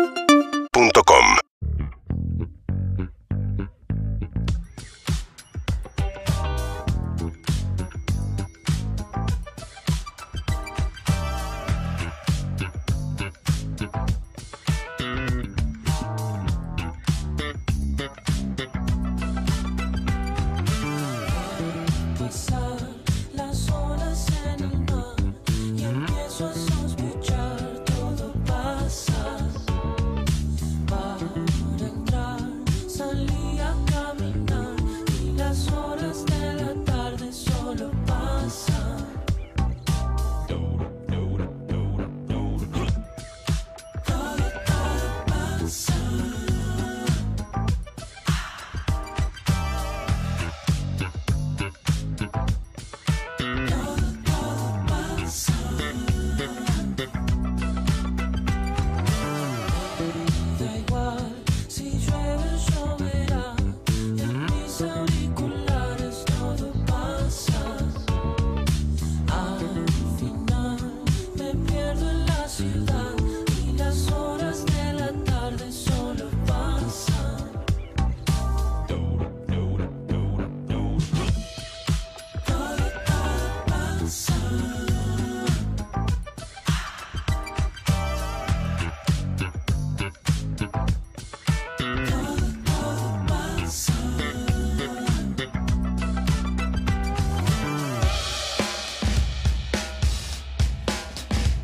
UrbanaPlayFM.com Pasar las horas en el mar y empiezo a sospechar todo pasa para entrar salí a caminar y las horas de la tarde solo pasan. Todo todo pasa. Da igual si llueve lloverá, en mis auriculares todo pasa. Al final me pierdo en la ciudad y las horas de la tarde solo pasan. Todo, todo pasa.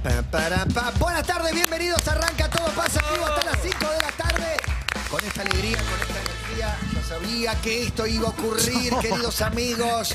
Pa, para, pa. Buenas tardes, bienvenidos. Arranca todo pasa en vivo hasta las 5 de la tarde. Con esta alegría, con esta energía. Yo sabía que esto iba a ocurrir, queridos amigos.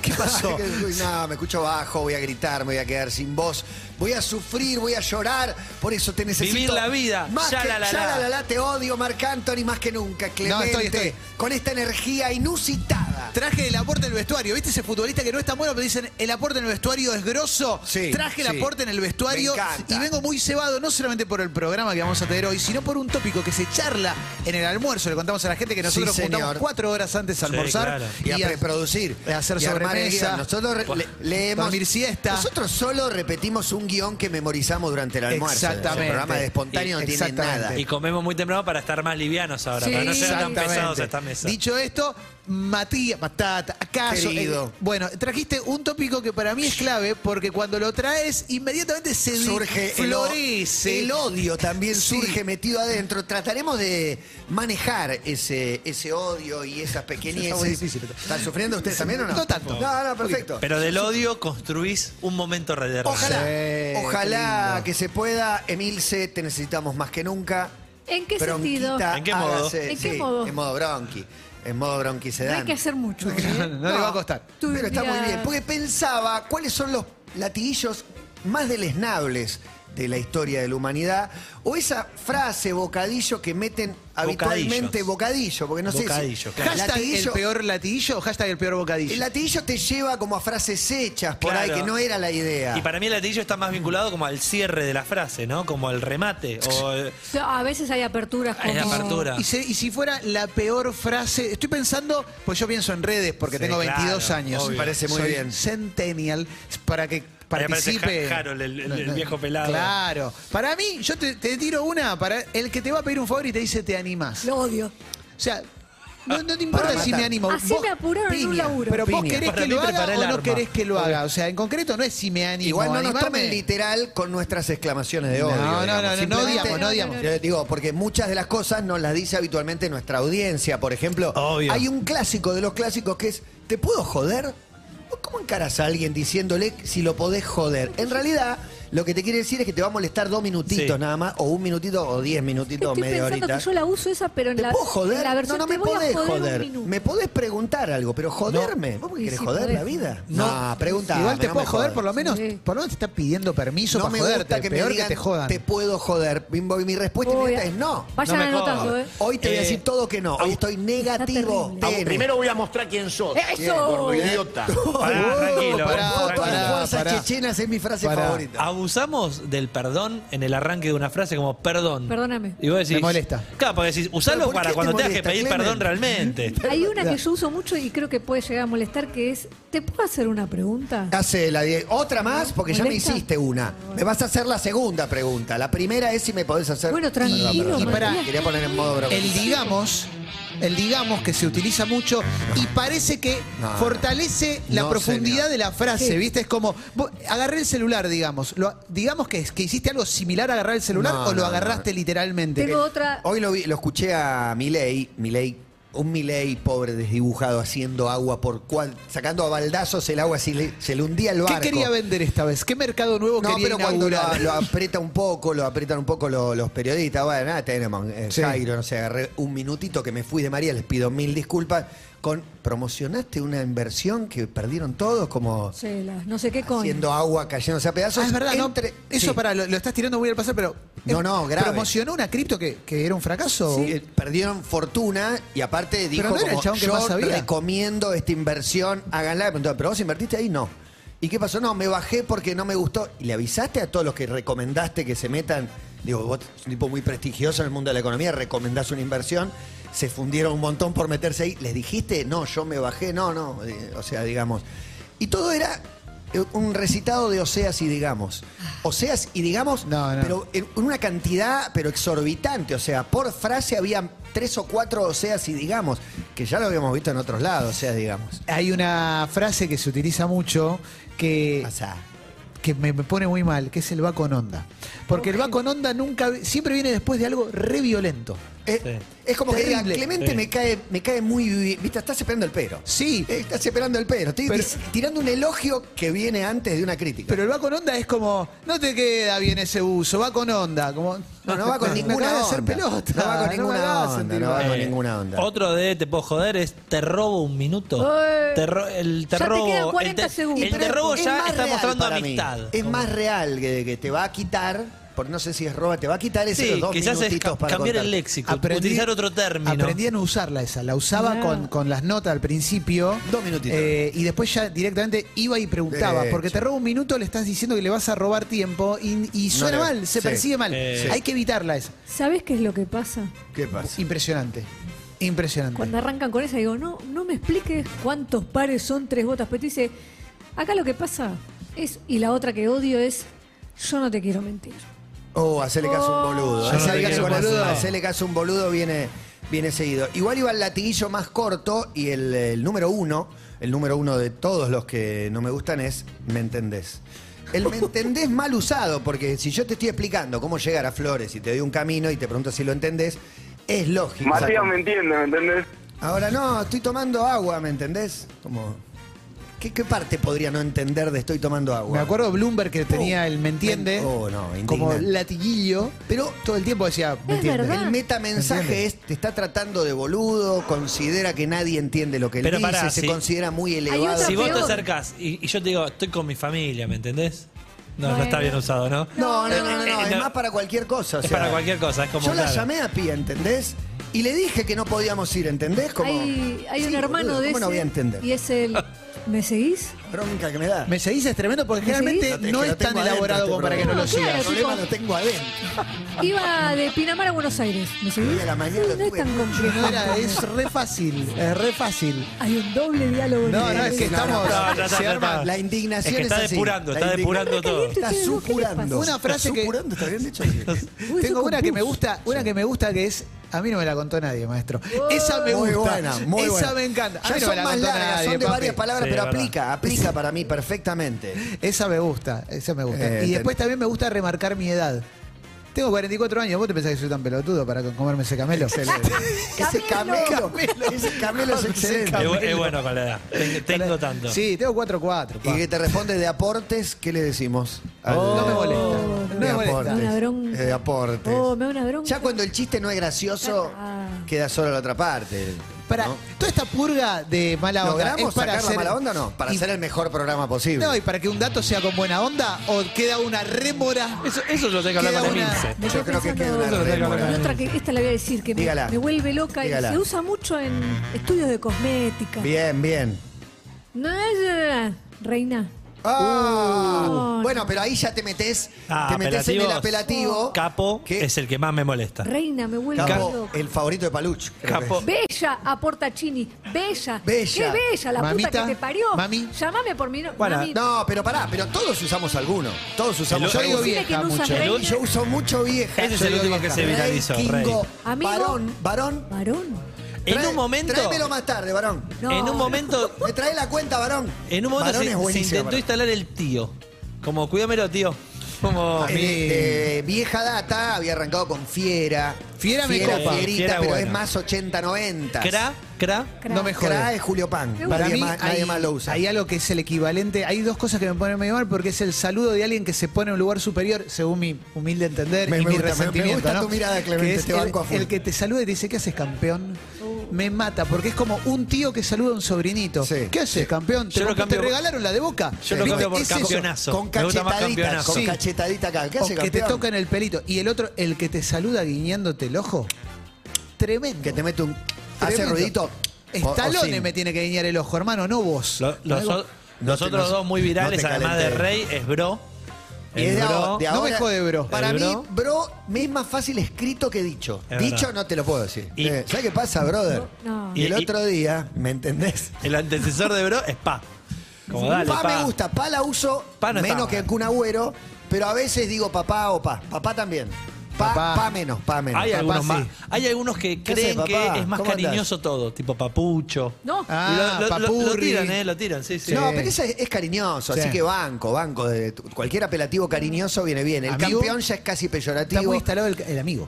¿Qué pasó? no, me escucho bajo, voy a gritar, me voy a quedar sin voz. Voy a sufrir, voy a llorar. Por eso te necesito. Vivir la vida. Más Ya que- la, la, ya la. la, la, la, te odio, Marc Anthony, más que nunca. Clemente. estoy, estoy. Con esta energía inusitada. Traje el aporte en el vestuario. ¿Viste ese futbolista que no es tan bueno, pero dicen el aporte en el vestuario es grosso? Sí, Traje el sí. aporte en el vestuario Me encanta. y vengo muy cebado, no solamente por el programa que vamos a tener hoy, sino por un tópico que se charla en el almuerzo. Le contamos a la gente que nosotros Sí, señor. juntamos cuatro horas antes a Sí, almorzar claro. y, a a- preproducir. y a hacer y a armar el sobremesa. guión. Nosotros re- Buah. le- leemos. Dormir siesta. Nosotros solo repetimos un guión que memorizamos durante el almuerzo. El Exactamente. programa de espontáneo no tiene Exactamente. nada. Y comemos muy temprano para estar más livianos ahora, Sí, para no ser tan exactamente. pesados a esta mesa. Dicho esto, Matías, Patata, acaso. Querido. bueno, trajiste un tópico que para mí es clave porque cuando lo traes, inmediatamente se surge el o- florece. El odio también Sí. surge metido adentro. Trataremos de manejar ese, ese odio y esas pequeñeces. Está muy difícil esto. ¿Están sufriendo ustedes también o no? No tanto. No, no, perfecto. Pero del odio construís un momento redentor. Ojalá, Sí, qué ojalá lindo. que se pueda. Emilce, te necesitamos más que nunca. ¿En qué Bronquita, sentido? ¿En qué modo? hágase- ¿En qué sí, modo? En modo bronqui. En modo bronqui se No dan. hay que hacer mucho. ¿eh? No, le va a costar. Tú Pero está muy dirás- bien. Porque pensaba cuáles son los latiguillos más deleznables de la historia de la humanidad. O esa frase bocadillo que meten habitualmente bocadillo. Porque no sé. Bocadillo, si- claro. Hashtag Latiguillo- el peor latillo o hashtag el peor bocadillo. el latillo te lleva como a frases hechas por Claro. ahí, que no era la idea. Y para mí el latillo está más vinculado como al cierre de la frase, ¿no? Como al remate. O eh, el- O sea, A veces hay aperturas como... Hay apertura. Y, se- y si fuera la peor frase, estoy pensando, pues yo pienso en redes porque Sí, tengo 22 claro, años. obvio. Me parece muy Soy bien. Centennial, para que me parece participe. Eh, Ja- Harold, el- el- el viejo pelado. Claro. Para mí, yo te, te tiro una para el que te va a pedir un favor y te dice te animás. Lo odio. O sea, no, no te importa Para si matar. me animo. Así me apuraron en un piña, laburo. Pero vos Piña. querés Para que mí lo haga prepará el o no arma. querés que lo haga. O sea, en concreto no es si me animo. Igual no nos animarme. tomen literal con nuestras exclamaciones de No, odio. no, digamos. no, no, no Simplemente- odiamos, no odiamos. Yo digo, porque muchas de las cosas nos las dice habitualmente nuestra audiencia. Por ejemplo, Obvio. hay un clásico de los clásicos que es, ¿te puedo joder? ¿Vos ¿Cómo encaras a alguien diciéndole si lo podés joder? En realidad, lo que te quiere decir es que te va a molestar dos minutitos Sí. nada más, o un minutito, o diez minutitos, o Estoy media pensando horita. que yo la uso esa, pero en ¿Te la, puedo joder? en la versión no, no te me voy podés a joder, un joder. minuto. Me podés preguntar algo, pero joderme. ¿Vos me Y querés si joder la podés. vida? No. pregunta. Igual te no puedo me joder, jodas. por lo menos, Sí. por lo menos te está pidiendo permiso No para me joderte. gusta que me peor digan, que te jodan. Te puedo joder. Mi, mi respuesta Voy a- inmediata es no. Vayan No me anotando, jodas. ¿eh? Hoy te voy a Eh, decir todo que no. Hoy estoy negativo. Está N. Primero voy a mostrar quién sos. ¡Eso! gordo idiota. Pará, Oh, tranquilo, pará, tranquilo. todas las eh, pará, fuerzas pará. chechenas es mi frase Pará. Ah. favorita. A abusamos del perdón en el arranque de una frase como perdón. Perdóname. Y vos decís, Me molesta. Claro, porque decís, ¿Pero usalo por qué para te cuando tengas que molesta, pedir Clemen? perdón realmente. Hay una que yo uso mucho y creo que puede llegar a molestar, que es, ¿te puedo hacer una pregunta? Hace la die- Otra más, porque ya me ¿Molesta? hiciste una. Me vas a hacer la segunda pregunta. La primera es si me podés hacer. Bueno, tranquilo, Perdón, perdón, Y pará. perdón. Quería poner en modo broma. El digamos, el digamos que se utiliza mucho y parece que No, fortalece no. la No, profundidad señor. de la frase, Sí. ¿viste? Es como, vos- agarré el celular, digamos. Lo- digamos que, es- que hiciste algo similar a agarrar el celular No, o lo no, agarraste literalmente. Tengo otra... Hoy lo, vi- lo escuché a Milei, Milei, un Milei pobre desdibujado haciendo agua por cual, sacando a baldazos el agua, si le- se le hundía el ¿Qué barco. quería vender esta vez? ¿Qué mercado nuevo No, quería pero cuando lo, inaugurar? lo aprieta un poco, lo aprietan un poco lo- los periodistas. Bueno, nada, tenemos eh, Sí. Jairo, no sé, agarré un minutito que me fui de María, les pido mil disculpas. Con promocionaste una inversión que perdieron todos, como Sí, la- no sé qué coño. haciendo agua cayéndose a pedazos. Ah, es verdad, ¿no? Entre- Eso Sí. para, lo, lo estás tirando muy al pasar, pero. eh, No, no, grave. ¿Promocionó una cripto que, que era un fracaso? Eh, Perdieron fortuna y aparte dijo no era el como, chabón que yo más sabía". recomiendo esta inversión, háganla. Me preguntaron, pero vos invertiste ahí, no. ¿Y qué pasó? No, me bajé porque no me gustó. ¿Y le avisaste a todos los que recomendaste que se metan? Digo, vos sos un tipo muy prestigioso en el mundo de la economía, recomendás una inversión, se fundieron un montón por meterse ahí. ¿Les dijiste? No, yo me bajé, no, no. eh, o sea, digamos. Y todo era eh, un recitado de Oseas y digamos. Oseas y digamos, Ah. No, no. pero en una cantidad pero exorbitante, o sea, por frase había tres o cuatro oseas y digamos, que ya lo habíamos visto en otros lados, o sea, digamos. Hay una frase que se utiliza mucho que. O sea, que me, me pone muy mal, que es el vaco en onda. Porque el vaco en onda nunca, siempre viene después de algo re violento. eh, Sí. es como que diga, Terrible. Clemente Sí. me cae me cae muy bien, viste, estás esperando el pero. Sí, Eh, Estás esperando el pero, estoy Pero- dis- tirando un elogio que viene antes de una crítica. pero el vaco en onda es como, no te queda bien ese uso, va con onda. Como, no, no va con me ninguna onda. acabas de hacer pelota. No va con me ninguna hagas onda, sentir no va mal. con ninguna onda. Eh, Otro de te puedo joder es te robo un minuto. Eh. Te ro- el te Ya te robo. quedan el 40 te- segundos. el Pero te robo es ya más está real mostrando para mí. amistad. Es más real que, que te va a quitar, por no sé si es roba, te va a quitar esos Sí, dos quizás es minutitos ca- para cambiar el contar. léxico, utilizar otro término. Aprendí a no usarla esa. La usaba Ah. con, con las notas al principio. Dos minutitos. eh, y después ya directamente iba y preguntaba. De porque hecho. te roba un minuto, le estás diciendo que le vas a robar tiempo y, y suena le- mal, se sí. percibe mal. Eh. Sí. Hay que evitarla esa. ¿Sabes qué es lo que pasa? ¿Qué pasa? Impresionante. Impresionante. Cuando arrancan con esa, digo, no, no me expliques cuántos pares son tres botas, pero te dice, acá lo que pasa es, y la otra que odio es, yo no te quiero mentir. Oh, hacerle caso a un boludo. Yo no Hacerle te caso, quiero a un boludo. boludo. Hacerle caso a un boludo viene, viene seguido. Igual iba el latiguillo más corto y el, el número uno, el número uno de todos los que no me gustan es me entendés. El me entendés mal usado, porque si yo te estoy explicando cómo llegar a Flores y te doy un camino y te pregunto si lo entendés, es lógico. Matías me entiende, ¿me entendés? Ahora no, estoy tomando agua, ¿me entendés? Como, ¿qué, qué parte podría no entender de estoy tomando agua? Me acuerdo Bloomberg que tenía Oh, el me entiende men- oh, no, como indignante. latiguillo, pero todo el tiempo decía, me Es entiende. verdad. El metamensaje ¿Entiendes? es, te está tratando de boludo, considera que nadie entiende lo que él Pero dice, pará, se si- considera muy otra elevado. Si Está vos te peor. acercás y, y yo te digo, estoy con mi familia, ¿me entendés? No, Bueno. no está bien usado, ¿no? No, no, no, no, no, Eh, eh, es no. más para cualquier cosa. o Es sea, para cualquier cosa, es como Yo la claro. llamé a Pía, ¿entendés? Y le dije que no podíamos ir, ¿entendés? Como, hay hay sí, un hermano boludo, de ¿Cómo ese no voy a entender? y es el, ¿me seguís? Bronca que me da. Me seguís es tremendo porque ¿Me generalmente seguís? no es tan elaborado como para que no lo No, claro, sigas. El problema tipo- lo tengo adentro. Iba de Pinamar a Buenos Aires, ¿me Hoy seguís? a la mañana Sí, no es tuve tan mucho Pero no complicado. era, es re fácil, es re fácil. Hay un doble diálogo. No, entre no, es que ellos. No, no, estamos. No, ya está, se ya arma está. la indignación es que es está así. depurando, La está depurando todo. Ustedes Está dos, ¿qué les supurando. pasa? Una frase Está que- supurando, está bien dicho. Uy, Tengo soy una que me confuso. gusta, una que me gusta que es. A mí no me la contó nadie, maestro. Esa me Muy gusta. buena, muy esa buena. me encanta. A Ya mí no me son la más contó largas, nadie, son de papi. varias palabras, Sí, pero es verdad. aplica, aplica para mí perfectamente. Esa me gusta, esa me gusta. Eh, y te- después también me gusta remarcar mi edad. Tengo 44 años, ¿vos te pensás que soy tan pelotudo para comerme ese camelo? Ese camelo, ese camelo es Es, excelente. bu- es bueno con la edad. Ten- Tengo tanto. Sí, tengo 4-4. Y que te responde de aportes, ¿qué le decimos? Al- No me molesta. No de me molesta. aportes. Oh, Me da bronca. Eh, de aportes. Oh, me da una bronca. Ya cuando el chiste no es gracioso, Ah. queda solo la otra parte. Para, ¿no? toda esta purga de mala onda. ¿Logramos es para sacar hacer- la mala onda o no? Para y- hacer el mejor programa posible. No, y para que un dato sea con buena onda o queda una rémora. Eso, eso lo tengo que hablar Queda con una- Emilce. Me Yo quedé creo que pensando- queda una rémora. Y otra que esta la voy a decir que me, Dígala. me vuelve loca Dígala. y se usa mucho en estudios de cosmética. Bien, bien. No, no, no, no, no. reina. Ah, no. Bueno, pero ahí ya te metes, Ah, te metes en el apelativos. apelativo. Capo que- es el que más me molesta. Reina, me vuelve Capo, loca. el favorito de Paluch. creo que Capo. Bella a Portachini, bella. Bella. Qué bella, la puta Mamita, que te parió. mami. Llamame por mi nombre. Bueno, es. No, pero pará, pero todos usamos alguno. Todos usamos El- alguno. Decime vieja que no usas mucho. reina. Yo uso mucho vieja. Ese es yo el digo último vieja. que se viralizó, Rey, Rey. Kingo, Amigo. Varón, varón. Varón. En Trae- un momento. Tráemelo más tarde, varón. No. En un momento. Me trae la cuenta, varón. En un momento Varón se, es se buenísimo, intentó varón. instalar el tío. Como, cuídamelo, tío. Como. Eh, eh, vieja data había arrancado con Fiera. Fiera me copa. Fierita, Fiera pero bueno. es más 80-90. Cra, cra. No me jode. Cra es Julio Pan. Me gusta. Para Nadie, mí más, nadie hay, más lo usa. hay algo que es el equivalente. Hay dos cosas que me ponen medio mal porque es el saludo de alguien que se pone en un lugar superior, según mi humilde entender Me- y me gusta, mi me- me resentimiento. gusta ¿no? tu mirada, Clemente, Que es te el- banco a full. el, que te saluda y te dice, ¿qué haces, campeón? Me mata porque es como un tío que saluda a un sobrinito. Sí. ¿Qué haces, campeón? ¿Te, Yo lo te cambio- regalaron la de boca? Yo lo ¿Viste? cambio por Es eso. campeonazo. Con Me gusta más cachetadita, campeonazo. con Sí. cachetadita acá. ¿Qué O hace, que te campeón? tocan el pelito. Y el otro, el que te saluda guiñándote el ojo. Tremendo. Que te mete un... Hace Tremendo. ruidito. O- o Estalone sin. me tiene que guiñar el ojo, hermano, no vos. Lo- los Algo- o- los no te- otros no- dos muy no te virales, además de calentes. Rey, es Bro. Y El es de bro. ahora- de No me ahora- jode, bro. Para El mí, bro. bro, me es más fácil escrito que dicho. Es dicho verdad. no te lo puedo decir. Y- Eh, ¿Sabes qué pasa, brother? No, no. Y el Y- y- otro día, ¿me entendés? El antecesor de Bro es Pa. Como dale, pa, pa. me gusta, pa la uso Pa no está menos que mal. Kun Agüero, pero a veces digo papá o pa. Papá también. Pa, Papá. pa menos, pa menos. Hay Papá, algunos, sí. más, hay algunos que ¿Qué creen haces, papá? que es más ¿Cómo andás? cariñoso todo, tipo papucho. No. Ah, Y lo, lo- lo- lo papurri. tiran, ¿eh? Lo tiran, sí, sí. No, Sí. pero ese es, es cariñoso, Sí. así que banco, banco. de- tu- cualquier apelativo cariñoso viene bien. El Amigo. campeón ya es casi Está peyorativo. muy instalado el, el amigo.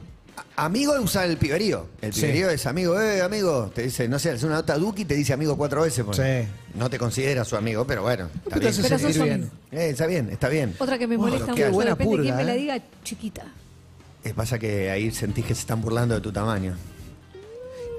A- Amigo es usar el piberío. El Sí. piberío es amigo, eh, amigo. Te dice, no sé, es una nota Duki te dice amigo cuatro veces. ponele. Sí. No te considera su amigo, pero bueno. Está Pero bien. sos Pero sos sentir amigo. Eh, está bien, está bien. Otra que me Bueno, molesta qué mucho, buena depende de quién purga, me la ¿eh? diga, chiquita. Eh, pasa que ahí sentís que se están burlando de tu tamaño.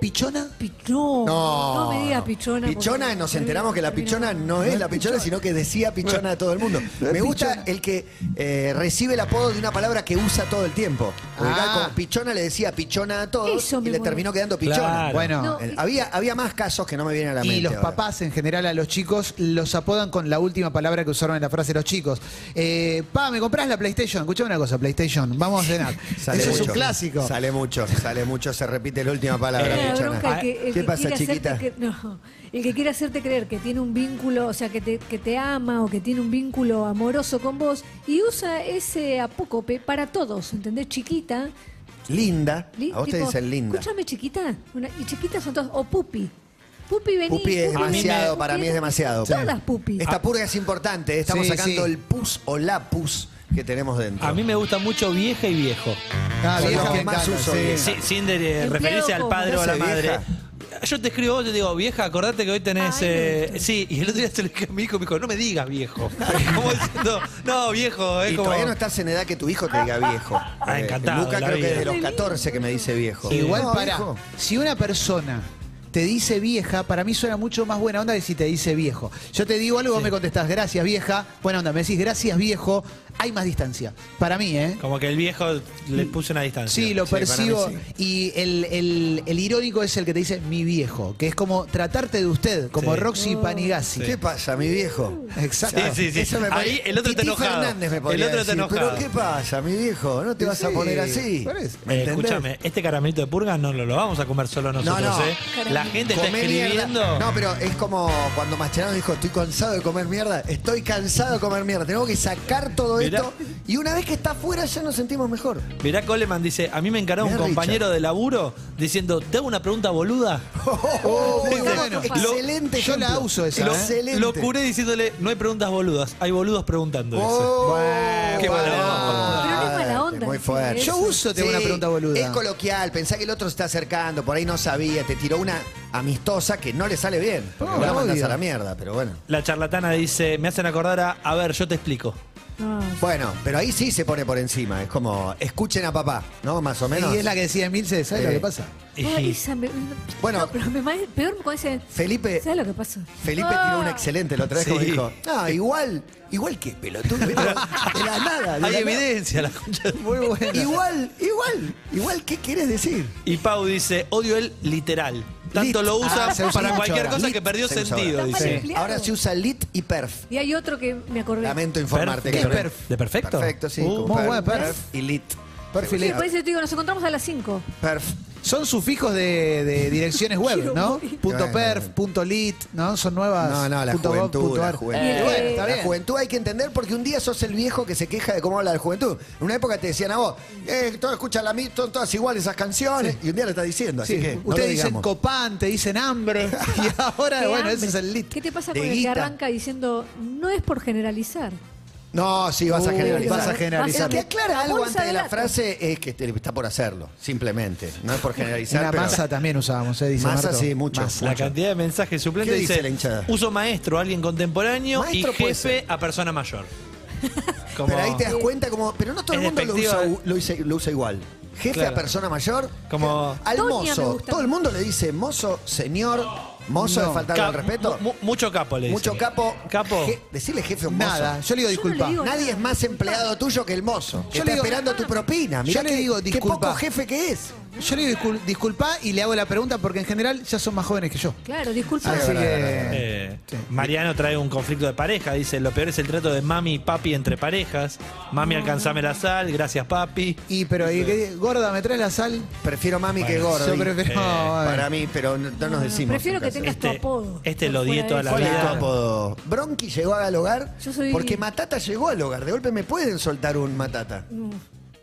¿Pichona? Pichón. No, No me digas pichona. porque- Pichona, nos enteramos que la pichona no es la pichona, sino que decía pichona a todo el mundo. Me gusta el que eh, recibe el apodo de una palabra que usa todo el tiempo. Porque acá Ah. con pichona le decía pichona a todos Eso y me le molesta. terminó quedando pichona. Claro. Bueno. No, Eh, Había, había más casos que no me vienen a la mente. Y los ahora. papás en general a los chicos los apodan con la última palabra que usaron en la frase los chicos. Eh, pa, ¿me comprás la PlayStation? Escuchame una cosa, PlayStation, vamos a cenar. Eso Sale es un mucho. clásico. Sale mucho, sale mucho, se repite la última palabra. Tiene la pichona. bronca el que, el ¿Qué que pasa, quiere hacerte chiquita? cre- no, el que quiere hacerte creer que tiene un vínculo, o sea, que te, que te ama o que tiene un vínculo amoroso con vos y usa ese apócope para todos, ¿entendés? Chiquita. Linda. li- a vos te tipo, dicen linda. Escúchame, chiquita. Una- y chiquitas son todas. O pupi. Pupi, vení. Pupi es vení, demasiado, pupi, para mí es pupi. demasiado. Todas pupi. Esta purga es importante, eh. estamos Sí, sacando sí. el pus o la pus que tenemos dentro. A mí me gusta mucho vieja y viejo. Ah, Son vieja los me que más encanta, uso, sí. vieja. Sí, sin de- Empleado referirse al como. padre o a la Ese madre. vieja. Yo te escribo, vos te digo, vieja, acordate que hoy tenés. Ay, me eh, gusta. sí, y el otro día se lo dije a mi hijo, me dijo, no me digas viejo. como diciendo, no, viejo, es Y como. todavía no estás en edad que tu hijo te diga viejo. Ah, encantado Luca de la creo que vida. desde los 14 que me dice viejo. Sí. Igual No, para, viejo. si una persona te dice vieja, para mí suena mucho más buena onda que si te dice viejo. Yo te digo algo, vos me contestás gracias vieja, buena onda, me decís gracias viejo, hay más distancia. Para mí, ¿eh? Como que el viejo le puso una distancia. Eh, Sí, lo Mm. Sí, para mí percibo. sí. Y el, el- el irónico es el que te dice mi viejo, que es como tratarte de usted, como Sí. Roxy Uh, Panigasi. ¿Qué pasa, mi viejo? Exacto. Sí, sí. Eso me pare- Ahí el otro está Titi enojado. Fernández me podría El otro está decir, enojado. Pero ¿qué pasa, mi viejo? No te vas a Sí, poner así. por eso. ¿Me Eh, entendés? escúchame, este caramelito de purga no lo, lo vamos a comer solo nosotros, no. ¿eh? La gente está Comé mierda. escribiendo. No, pero es como cuando Mascherano dijo, estoy cansado de comer mierda. Estoy cansado de comer mierda. Tenemos que sacar todo Mirá. esto. Y una vez que está afuera ya nos sentimos mejor. Mirá, Coleman dice, a mí me encaró un Mirá, compañero Richard. de laburo diciendo, ¿te hago una pregunta boluda? Oh, Oh, muy Bueno, bueno. Excelente. Yo la ejemplo. uso esa, Lo, ¿eh? Excelente. lo curé diciéndole, no hay preguntas boludas, hay boludos preguntando. dice. Oh, Bueno, Qué mala pará. onda. Pero no es mala onda. Muy fuerte. Yo uso, te hago una pregunta boluda. Es coloquial, pensá que el otro se está acercando, por ahí no sabía, te tiró una amistosa que no le sale bien. porque Oh, la mandas obvio. a la mierda, pero bueno. La charlatana dice, me hacen acordar a, a ver, yo te explico. No, Bueno, pero ahí sí se pone por encima. Es como, escuchen a papá, ¿no? Más o menos. Y es la que decía Emilce, ¿sabes Sí. lo que pasa? Ah, Y- esa me- Bueno. No, pero me ma- peor con ese. Felipe, ¿Sabes lo que pasó? Felipe Ah. tiró un excelente la otra vez Sí. como dijo. Ah, igual, igual que pelotudo. ¿viste? De la nada. de hay la evidencia, la concha de- Muy nada. bueno. Igual, igual, igual, ¿qué quieres decir? Y Pau dice, odio el literal. Tanto Lit. lo Ah, se usa usa para mucho cualquier ahora. cosa Lit que perdió se usa sentido, ahora. Está dice. mal empleado. Ahora se usa lit y perf. Y hay otro que me acordé. Lamento informarte. Perf. ¿Qué que- es perf? ¿De perfecto? Perfecto, sí. Uh, como muy bueno, perf. y lit. Perf y Sí, lit. pues. por eso te digo, nos encontramos a las 5. Perf. Son sufijos de, de direcciones web, Quiero ¿no? morir. Punto perf, punto lit, ¿no? Son nuevas. No, no, la punto gov, juventud, punto la ar. juventud. Y bueno, está La bien. juventud hay que entender porque un día sos el viejo que se queja de cómo habla la juventud. En una época te decían a vos, eh, todos escuchan la misma, son todas iguales esas canciones. Y un día lo estás diciendo, así Sí, que. no lo Ustedes dicen digamos. copante, dicen hambre. Y ahora, bueno, ese es el lit. ¿Qué te pasa De con el que guita. arranca diciendo, no es por generalizar? No, sí, vas a Uh, generalizar. vas a generalizar. Te aclara La algo bolsa antes de de la lata. frase, es que te- está por hacerlo, simplemente. No es por generalizar. La pero- masa también usábamos, ¿eh? Dice Masa Marto. sí, mucho. Masa. La Mucho. cantidad de mensajes suplentes ¿Qué dice dice, la hinchada? uso maestro, alguien contemporáneo Maestro y puede jefe a persona mayor. Como- Pero ahí te das cuenta como. Pero no todo el Es mundo lo usa, despectivo. lo usa- lo usa igual. Jefe Claro. a persona mayor. Como- Al Toña me mozo. gusta. Todo el mundo le dice mozo, señor. Mozo No. de faltar Cap- al respeto. mu- mucho capo le dice. Mucho capo. Capo. Je- decirle jefe a un mozo. Nada, yo le digo Yo no le disculpa. digo Nadie es más empleado tuyo que el mozo. Que Yo está le digo- esperando tu propina. Mirá Yo le qué- digo qué disculpa. poco jefe que es. Yo le digo discul- disculpa y le hago la pregunta porque en general ya son más jóvenes que yo. Claro, disculpa. Así Ah, verdad, verdad, que. Eh, Mariano trae un conflicto de pareja, dice, lo peor es el trato de mami y papi entre parejas. Mami, alcanzame la sal, gracias papi. Y pero, y que- gorda, ¿me traes la sal? Prefiero mami que gordo. Yo prefiero. eh, Para mí, pero no, no nos decimos. prefiero en que casa. tengas tu Este- apodo. este por lo odié fuera toda de la eso. ¿Cuál es tu vida. apodo? Bronqui llegó al hogar Yo soy- porque Matata llegó al hogar. De golpe me pueden soltar un Matata. Mm.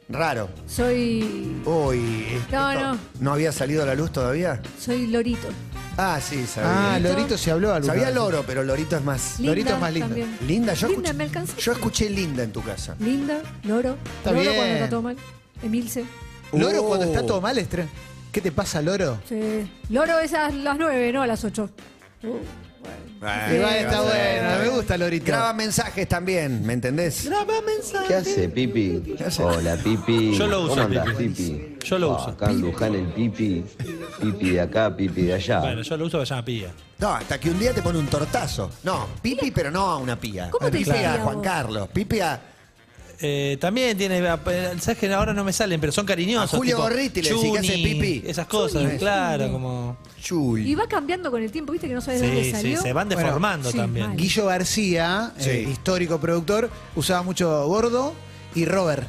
Raro. Soy, Uy. No, esto- no. había salido a la luz todavía? soy Lorito. Ah, sí, sabía. Ah, Lorito se habló alguna sabía vez. Loro, pero Lorito es más... Lorito Linda es más linda. también. Linda, yo Linda, escuché, me alcanzaste. Yo escuché Linda en tu casa. Linda, Loro. Está Loro bien. cuando está todo mal. Emilce. Loro Oh. cuando está todo mal, estre- ¿qué te pasa, Loro? Sí. Loro es a las 9, no a las 8. Igual está bueno, me gusta Lorito. Graba mensajes también, ¿me entendés? ¿Qué hace, Pipi? Hola, Pipi. Yo lo uso, ¿Cómo andás, Pipi. Pipi? Yo lo Ah, uso. Acá en Luján el Pipi. Pipi de acá, Pipi de Ah. allá. Bueno, yo lo uso para llamar pilla. No, hasta que un día te pone un tortazo. No, pipi, pero no a una pía. ¿Cómo te pipi decía a vos? Juan Carlos, pipi a... Eh, también tiene, eh, sabes que ahora no me salen, pero son cariñosos. A Julio tipo, Gorriti le decís que hace Chuni, pipí. Esas cosas, Chuni, claro, Chuni. como... Chuli. Y va cambiando con el tiempo, viste que no sabes de dónde Sí, sí, salió. se van deformando sí, también. mal. Guillo García, Sí. eh, histórico productor, usaba mucho gordo y Robert.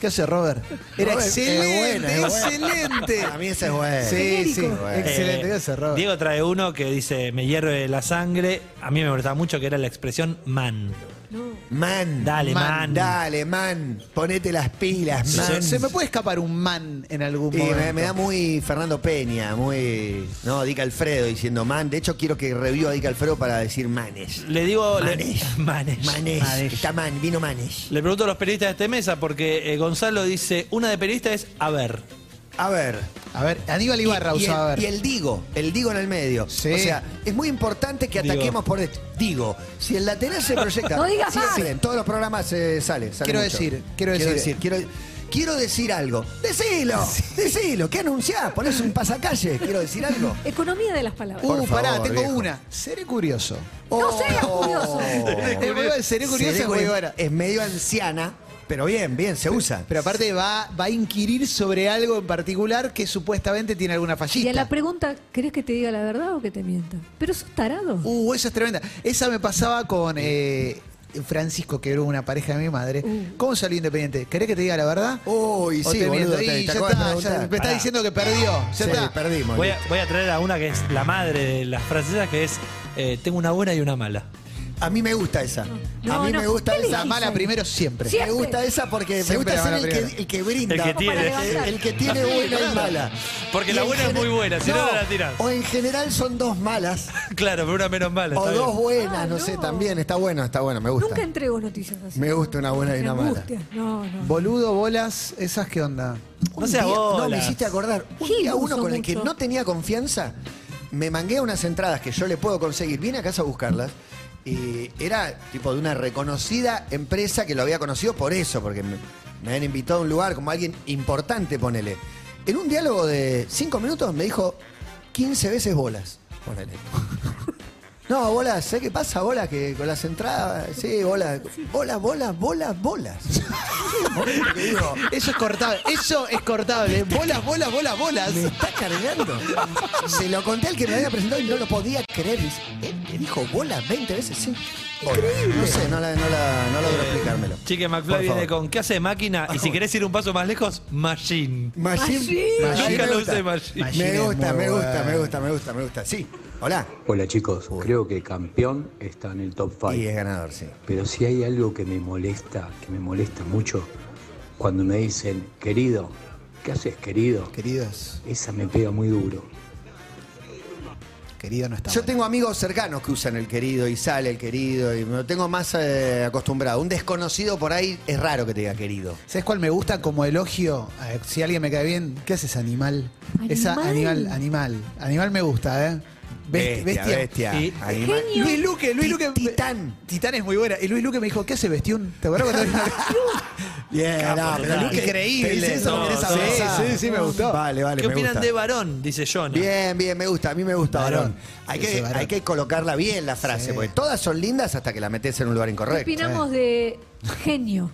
¿Qué hace Robert? Era Robert, excelente, es buena, es buena. excelente. A mí ese es bueno. Sí, sí, Genérico. excelente. Eh, ¿Qué hace Robert? Diego trae uno que dice, me hierve la sangre. A mí me molestaba mucho que era la expresión man. No. Man. Dale, man. Dale, man. Ponete las pilas, Se- man. Se me puede escapar un man en algún Y momento. me, me da muy Fernando Peña, muy. No, Dick Alfredo diciendo man. De hecho, quiero que reviva a Dick Alfredo para decir manes. Le digo... le- Manes. manes. Manes. Manes. Está man, vino manes. Le pregunto a los periodistas de esta mesa porque eh, Gonzalo dice, una de periodistas es a ver. A ver. A ver, Aníbal Y, Ibarra y el, usaba a ver. y el digo, el digo en el medio. Sí. O sea, es muy importante que Digo. ataquemos por esto. Digo, si el lateral se proyecta. No digas sí, más. sí, en todos los programas se sale. sale Quiero mucho. decir, quiero decir. quiero, quiero decir algo. Decilo, decilo. ¿Qué anunciás? Ponés un pasacalle. Quiero decir algo. Economía de las palabras. Uh, Por pará, favor, tengo viejo. una. Seré curioso. No seas curioso. Es muy bueno, Seré curioso Oh, Seré es muy curi- buena. es medio anciana, pero bien, bien, se usa. Pero aparte va, va a inquirir sobre algo en particular que supuestamente tiene alguna Y a fallita. la pregunta, ¿querés que te diga la verdad o que te mienta? Pero sos tarado. Uh, esa es tremenda. Esa me pasaba con eh, Francisco, que era una pareja de mi madre. Uh. ¿Cómo salió independiente? ¿Querés que te diga la verdad? Uy, ¿O sí, te boludo, miento? te- Y te ya acabas de está, ya- preguntar. me está Pará. diciendo que perdió. Ya Sí, está. perdimos. Voy a, listo. voy a traer a una que es la madre de las francesas, que es, eh, tengo una buena y una mala. A mí me gusta esa. No, a mí no, me gusta ¿qué le esa. La mala Ahí. primero siempre. Sí. Me gusta esa porque me Siempre gusta la ser mala el que, primera. el que brinda. El que tiene. levantar. El que tiene buena y mala. Porque Y la en buena es muy buena, si no, no la tirás. O en general son dos malas Claro, pero una menos mala. o está bien. dos buenas, Ah, no, sé, no. también. Está bueno, está bueno, me gusta. Nunca entrego noticias así. Me gusta una buena y Me una mala. angustia. No, no. Boludo, bolas, ¿esas qué onda? No seas día- bolas. No, me hiciste acordar. Un Gil día uno usó con el que mucho. no tenía confianza, me mangué unas entradas que yo le puedo conseguir. Vine a casa a buscarlas. Y era tipo de una reconocida empresa que lo había conocido por eso, porque me, me habían invitado a un lugar como alguien importante, ponele. En un diálogo de cinco minutos me dijo 15 veces bolas, ponele. No, bolas, ¿sabes qué pasa? Bolas que con las entradas, sí, bolas, bolas, bolas, bolas, bolas. Te digo, Eso es cortable, eso es cortable. Bolas, bolas, bolas, bolas. me está cargando. Se lo conté al que me había presentado y no lo podía creer. Dice, Él te dijo bolas 20 veces, sí. Bolas. No sé, no, la, no, la, no Eh, logro explicármelo. Chique Por McFly viene favor. con ¿qué hace máquina? Y si querés ir un paso más lejos, machine. Machine. Machine. Machine Nunca me lo gusta. usé, Machine. Machine Me es gusta, muy me gusta, bueno. me gusta, me gusta, me gusta. Sí, hola. Hola chicos, creo que campeón está en el top 5. Y es ganador, sí. Pero si hay algo que me molesta, que me molesta mucho, cuando me dicen, querido, ¿qué haces querido? Queridos. Esa me pega muy duro. Querido, no está. Yo bueno. tengo amigos cercanos que usan el querido y sale el querido y me lo tengo más eh, acostumbrado. Un desconocido por ahí es raro que te diga querido. ¿Sabes cuál me gusta como elogio? Eh, si alguien me cae bien, ¿qué haces, animal? Esa animal, animal. Animal me gusta, ¿eh? Best- bestia. Y- Animal. Luis Luque, Luis Ti- Luque. Titán. Titán es muy buena. Y Luis Luque me dijo, ¿qué hace Bestiún? ¿Te acuerdas cuando vino acá? Bien, no, pero Luque, Increíble. te dice eso, No, querés sí, abrazar. sí, sí, me gustó. Vale, vale, ¿Qué me opinan gusta. de varón? Dice Jonah. Bien, bien, me gusta, a mí me gusta varón. Varón. Hay Ese que, varón. hay que colocarla bien la frase, Sí. porque todas son lindas hasta que la metes en un lugar ¿Qué incorrecto. opinamos de genio?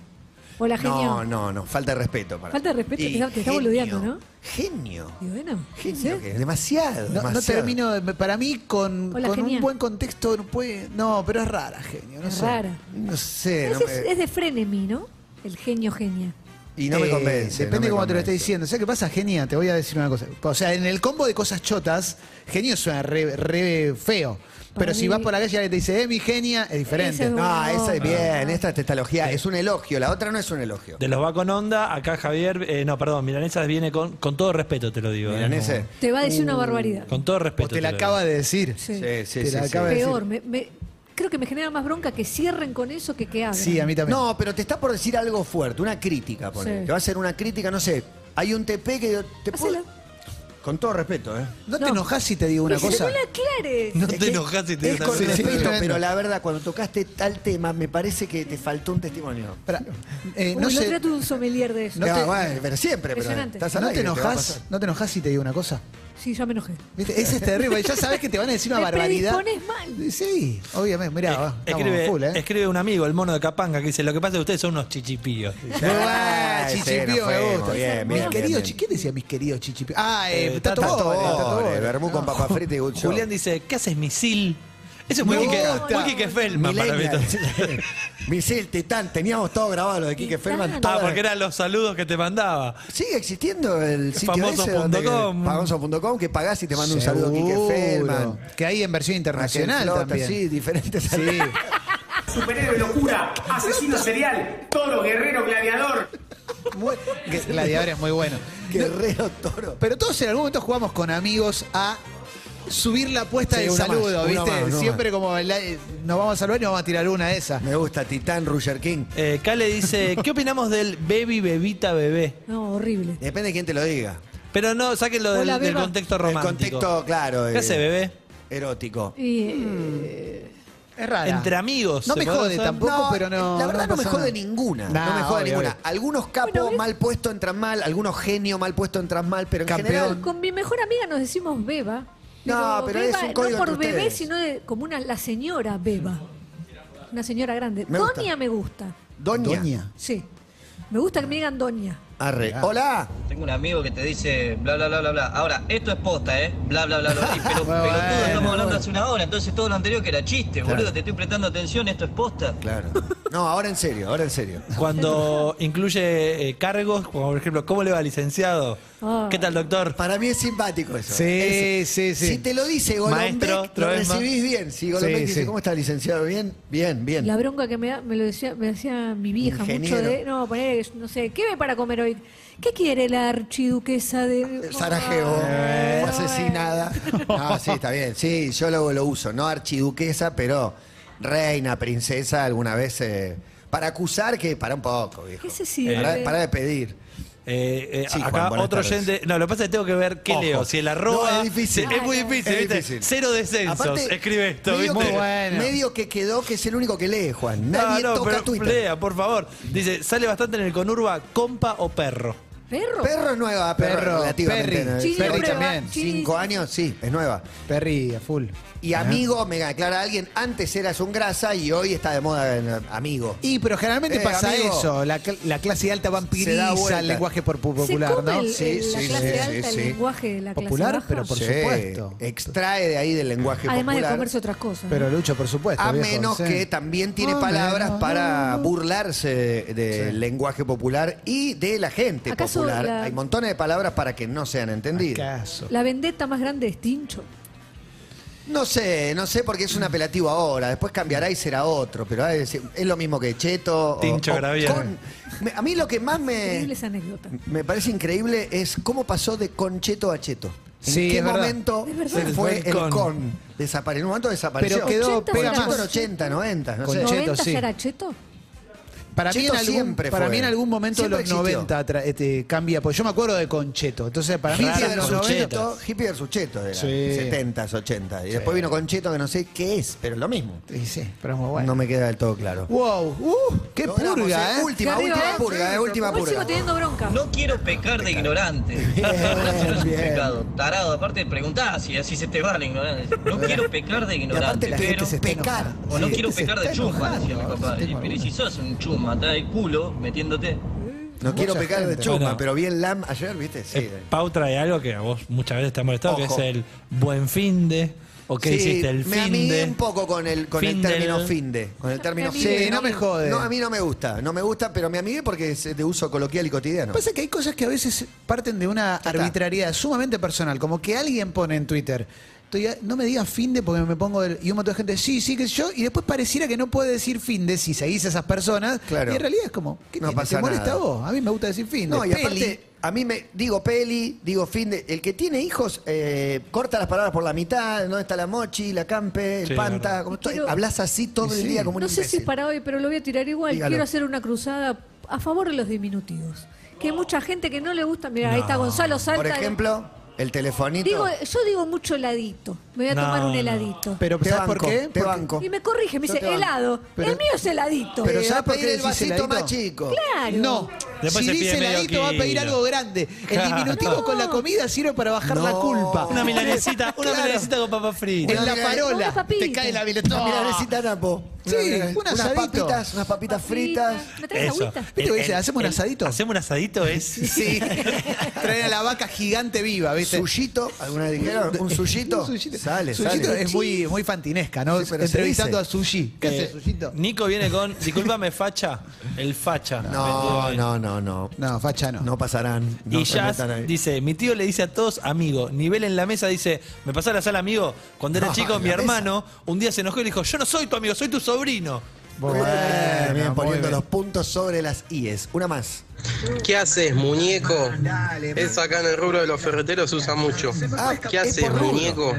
Hola, genio. eh. No, no, no, falta de respeto. Para Falta de respeto, Y te está- te está genio, boludeando, ¿no? Genio. Y bueno, Genio, ¿sí? que es demasiado, No, no demasiado. termino, de- para mí con, Hola, con un genia. buen contexto no puede... No, pero es rara, genio. No Es sé. rara. No sé, Ese no es, me- es de Frenemy, ¿no? El genio genia. y no me Eh, convence. Depende no me cómo te lo esté convence. diciendo. ¿Sabes qué pasa, Genia? Te voy a decir una cosa. O sea, en el combo de cosas chotas, genio suena re, re feo. Pero Para si mí- vas por la calle y alguien te dice, eh, mi genia, es diferente. Ese- No, esa es No. bien, esta tetalogía es un elogio, la otra no es un elogio. De los va con onda, acá Javier, eh, no, perdón, Milanesa viene con, con todo respeto, te lo digo. eh, Milanese. Te va a decir una barbaridad. Con todo respeto. o te la lo acaba digo. de decir. Sí. Uh. Sí, sí, Te sí, la sí. acaba de decir. Peor, me- me- creo que me genera más bronca que cierren con eso que que hagan. Sí, a mí también. No, pero te está por decir algo fuerte, una crítica, ponele. Sí. Te va a hacer una crítica, no sé. Hay un TP que yo- te puedo... Hacela. Con todo respeto, ¿eh? ¿No te No. enojas si te digo una Pero si cosa? no la aclares. No Es te que enojas si te Es con Sí, sí, respeto, tremendo. pero la verdad, cuando tocaste tal tema, me parece que te faltó un testimonio. Pará, eh, Uy, no no sé- trato de un sommelier de eso. No te- bueno, pero siempre, pero Impresionante. estás al ¿no te aire, va a enojas? pasar. ¿No te enojas si te digo una cosa? Sí, ya me enojé. ¿Viste? Ese es terrible. Ya sabes que te van a decir una Me barbaridad. predispones mal. Sí, obviamente. Mirá, va, estamos Escribe, full, ¿eh? escribe un amigo, el mono de Capanga, que dice, lo que pasa es que ustedes son unos chichipíos. Muy bueno, Sí, ah, chichipío nos me fuimos, gusta. bien, mis bien, queridos bien, chi- bien. ¿Quién decía mis queridos chichipíos? Ah, eh, Eh, Tato, Tato Bore, Bore, Tato Pobre, Bore. Bermú con papas fritas y good show. Julián dice, ¿qué haces misil? Eso es muy Me Quique gusta. muy Quique Feldman para mí. Millennial. Misil, Titán, teníamos todo grabado lo de Quique Titán. Feldman. Ah, toda- porque eran los saludos que te mandaba. Sigue existiendo el sitio Famoso ese donde- punto com. famoso.com que pagás y te manda un saludo a Quique Seguro. Feldman. Que hay en Raquel versión internacional Flota, también. Sí, diferentes Sí. Superhéroe locura, asesino serial, toro, guerrero, gladiador. Muy- que Gladiador es muy bueno. Guerrero Toro. Pero todos en algún momento jugamos con amigos a subir la apuesta Sí, del una más, saludo, una ¿viste? más, una más. Siempre como la- eh, nos vamos a saludar y nos vamos a tirar una de esas. Me gusta Titán, Roger King. Eh, Kale dice, ¿qué opinamos del baby, bebita, bebé? No, horrible. Depende de quién te lo diga. Pero no, sáquenlo del, Hola, del Beba. contexto romántico. El contexto, claro. ¿Qué eh, hace, bebé? Erótico. Y, eh, Hmm. Es rara. Entre amigos. No ¿se me podrá jode usar? tampoco, pero no. La verdad no, me pasa jode nada. ninguna. Nah, no me jode obvio, ninguna. obvio. Algunos capos Bueno, ¿ves? mal puesto entran mal, algunos genios mal puesto entran mal, pero en Campeón. general. con mi mejor amiga nos decimos beba. No, pero es beba, un código No por entre bebé, ustedes. sino de- como una, la señora beba. Una señora grande. Me gusta. Doña me gusta. Doña. Doña. Sí. Me gusta que me digan doña. Arre. Hola. Tengo un amigo que te dice bla bla bla bla bla. Ahora, esto es posta, ¿eh? Bla bla bla bla. bla. Y Pero, Bueno, pero todo bueno. estamos hablando hace una hora, entonces todo lo anterior que era chiste, Claro. boludo. Te estoy prestando atención, esto es posta. Claro. No, ahora en serio, ahora en serio. Cuando incluye eh, cargos, como por ejemplo, ¿cómo le va licenciado? Ah. ¿Qué tal, doctor? Para mí es simpático eso. Sí, Es- sí, sí. Si te lo dice Golombek, Maestro, lo Troesma. recibís bien. Si Golombek Sí, dice, sí. ¿cómo está licenciado? Bien, bien, bien. La bronca que me, da- me lo decía, me decía mi vieja Ingeniero. mucho de, no, poner, no sé, ¿qué ve para comer hoy? ¿Qué quiere la archiduquesa Eh, de Sarajevo Ah, fue asesinada. No, sí, está bien. Sí, yo lo, lo uso. No archiduquesa, pero reina, princesa, alguna vez. eh, para acusar que para un poco, viejo. ¿Qué se sirve? Para, para de pedir. Eh, eh, Sí, Juan, acá buenas otro tardes. oyente. No, lo que pasa es que tengo que ver qué Ojo. leo. Si el arroba. No, es difícil. Es muy difícil, Es ¿viste? difícil. Cero descensos. Aparte, Escribe esto, medio ¿viste? que, Muy bueno. medio que quedó que es el único que lee, Juan. No, Nadie no, toca pero Twitter. lea, por favor. Dice, sale bastante en el conurba compa o perro. Perro. Perro es nueva, perro, Perro, relativamente. Perry. nueva. Chini Perry prueba, también. Chini- Cinco años, sí, es nueva. Perry, a full. ¿Eh? Y amigo, me aclara alguien, antes eras un grasa y hoy está de moda en, eh, amigo. Y, pero generalmente Eh, pasa amigo. eso. La, cl- la clase alta Se da vampiriza vuelta. el lenguaje por- Se popular, come ¿no? el- Sí, el- la sí, clase sí, alta, sí, el sí. lenguaje de la clase Popular, baja. pero por Sí, supuesto. Extrae de ahí del lenguaje Además de popular. comerse otras cosas. Eh, Pero Lucho, por supuesto. A viejo, menos sí. que también tiene A palabras menos, para no, no. burlarse del lenguaje popular y de la gente ¿Acaso popular. la- Hay montones de palabras para que no sean entendidas. Caso. La vendetta más grande es Tincho. No sé, no sé porque es un apelativo ahora. Después cambiará y será otro. Pero hay que decir, es lo mismo que Cheto. o- Tincho o Graviano. con- Me- A mí lo que más Increíble me, esa anécdota. me parece increíble es cómo pasó de con Cheto a Cheto. ¿En Sí, qué es verdad. momento Es verdad. se Se fue el con? con. Desapare- En un momento desapareció. Pero quedó, 80 pega será más. Cheto en 80, 90, no Con sé. Cheto, ¿90 sí. ya era Cheto? Para, mí Cheto en, algún, siempre para fue. mí en algún momento de Siempre los existió. 90 tra- este, cambia, porque yo me acuerdo de Concheto, entonces para mí Hippie en versus los 90 Cheto, hippie versus Cheto era, Sí. 70s, 80 Y después vino con Cheto que no sé qué es, pero es lo mismo. Y sí, pero es muy bueno. No me queda del todo claro. Wow, uh, qué Logramos, purga, eh. ¿eh? Última, Arriba, última eh. purga, eh, última Igual sigo purga. teniendo bronca. No quiero pecar de ignorante. Bien, No es un bien. pecado. Tarado, aparte preguntás si así se te va la ignorancia. No quiero pecar Y aparte de ignorante, la gente pero. se está pecar. enojando. O no Sí, quiero se pecar de está chumba, enojando, decía mi ahora, papá. sí tengo Pero alguna. si sos un chumba, está de culo metiéndote. No quiero Mucha pecar de gente. chuma, Bueno. pero vi el LAM ayer, ¿viste? Sí. Eh, Pau trae algo que a vos muchas veces te ha molestado, Ojo. que es el buen fin de. ¿O qué Sí, hiciste? El me fin amigué de. un poco con el, con el Fin del- término finde. Con el término Sí, finde. no me jode. No, a mí no me gusta. No me gusta, pero me amigué porque es de uso coloquial y cotidiano. Pasa que hay cosas que a veces parten de una está. arbitrariedad sumamente personal, como que alguien pone en Twitter, "Estoy a- no me digas fin de porque me pongo del-". y un montón de gente, sí, sí, que yo, y después pareciera que no puede decir fin de si seguís a esas personas, Claro. y en realidad es como, ¿qué No tiene? pasa ¿Te molesta nada. a vos? A mí me gusta decir fin de. No, y Peli. aparte, a mí me digo peli, digo fin de. El que tiene hijos eh, corta las palabras por la mitad, ¿dónde está la mochi, la campe, el Sí, panta? verdad. Como Y todo- quiero- hablas así todo el día como un No sé si imbécil. es para hoy, pero lo voy a tirar igual. Dígalo. Quiero hacer una cruzada a favor de los diminutivos. Que hay mucha gente que no le gusta. Mira, ahí está Gonzalo Salta. Por ejemplo, el telefonito. Digo, yo digo mucho heladito. Me voy a No, tomar un no. heladito. Pero te ¿sabes banco, por qué? Te Porque- banco. y me eh, corrige, me Yo dice te banco. helado. Pero- el mío es heladito. Pero Te ¿sabes va a por qué pedir el decís vasito heladito? más chico. claro. No, si Después se pide dice medio heladito va a pedir kilo. algo grande. El Claro. diminutivo con la comida sirve para bajar la No. culpa. Una milanesita, una Claro. milanesita con papas fritas. En la Una Una parola papita. te cae la milanesa. Una milanesita napo. Sí, Una- un unas asadito. papitas, unas papitas fritas. ¿Me traes agüita? ¿Viste lo que dice? ¿Hacemos un el- asadito? Hacemos un asadito, es. Sí. Traer a la vaca gigante viva, ¿viste? Suyito, ¿alguna vez dijeron? ¿Un suyito? Un suyito. Sale, Suyito sale. es muy, muy fantinesca, ¿no? Sí, pero se Entrevistando a dice. Sushi. ¿Qué hace Eh, Suyito? Nico viene con. Discúlpame, facha. El facha. No, Vendó- no, no, no. No, facha no. No pasarán. No y se Jazz metan ahí. dice, mi tío le dice a todos amigo, nivel en la mesa dice, me pasó la sala amigo, cuando era No, chico en mi la hermano un día se enojó y le dijo, yo no soy tu amigo, soy tu sobrino. Bueno, Bien, bien, muy poniendo bien. los puntos sobre las IES. Una más. ¿Qué haces, muñeco? Eso acá en el rubro de los ferreteros se usa mucho. Ah, ¿Qué es haces, por rubro. muñeco?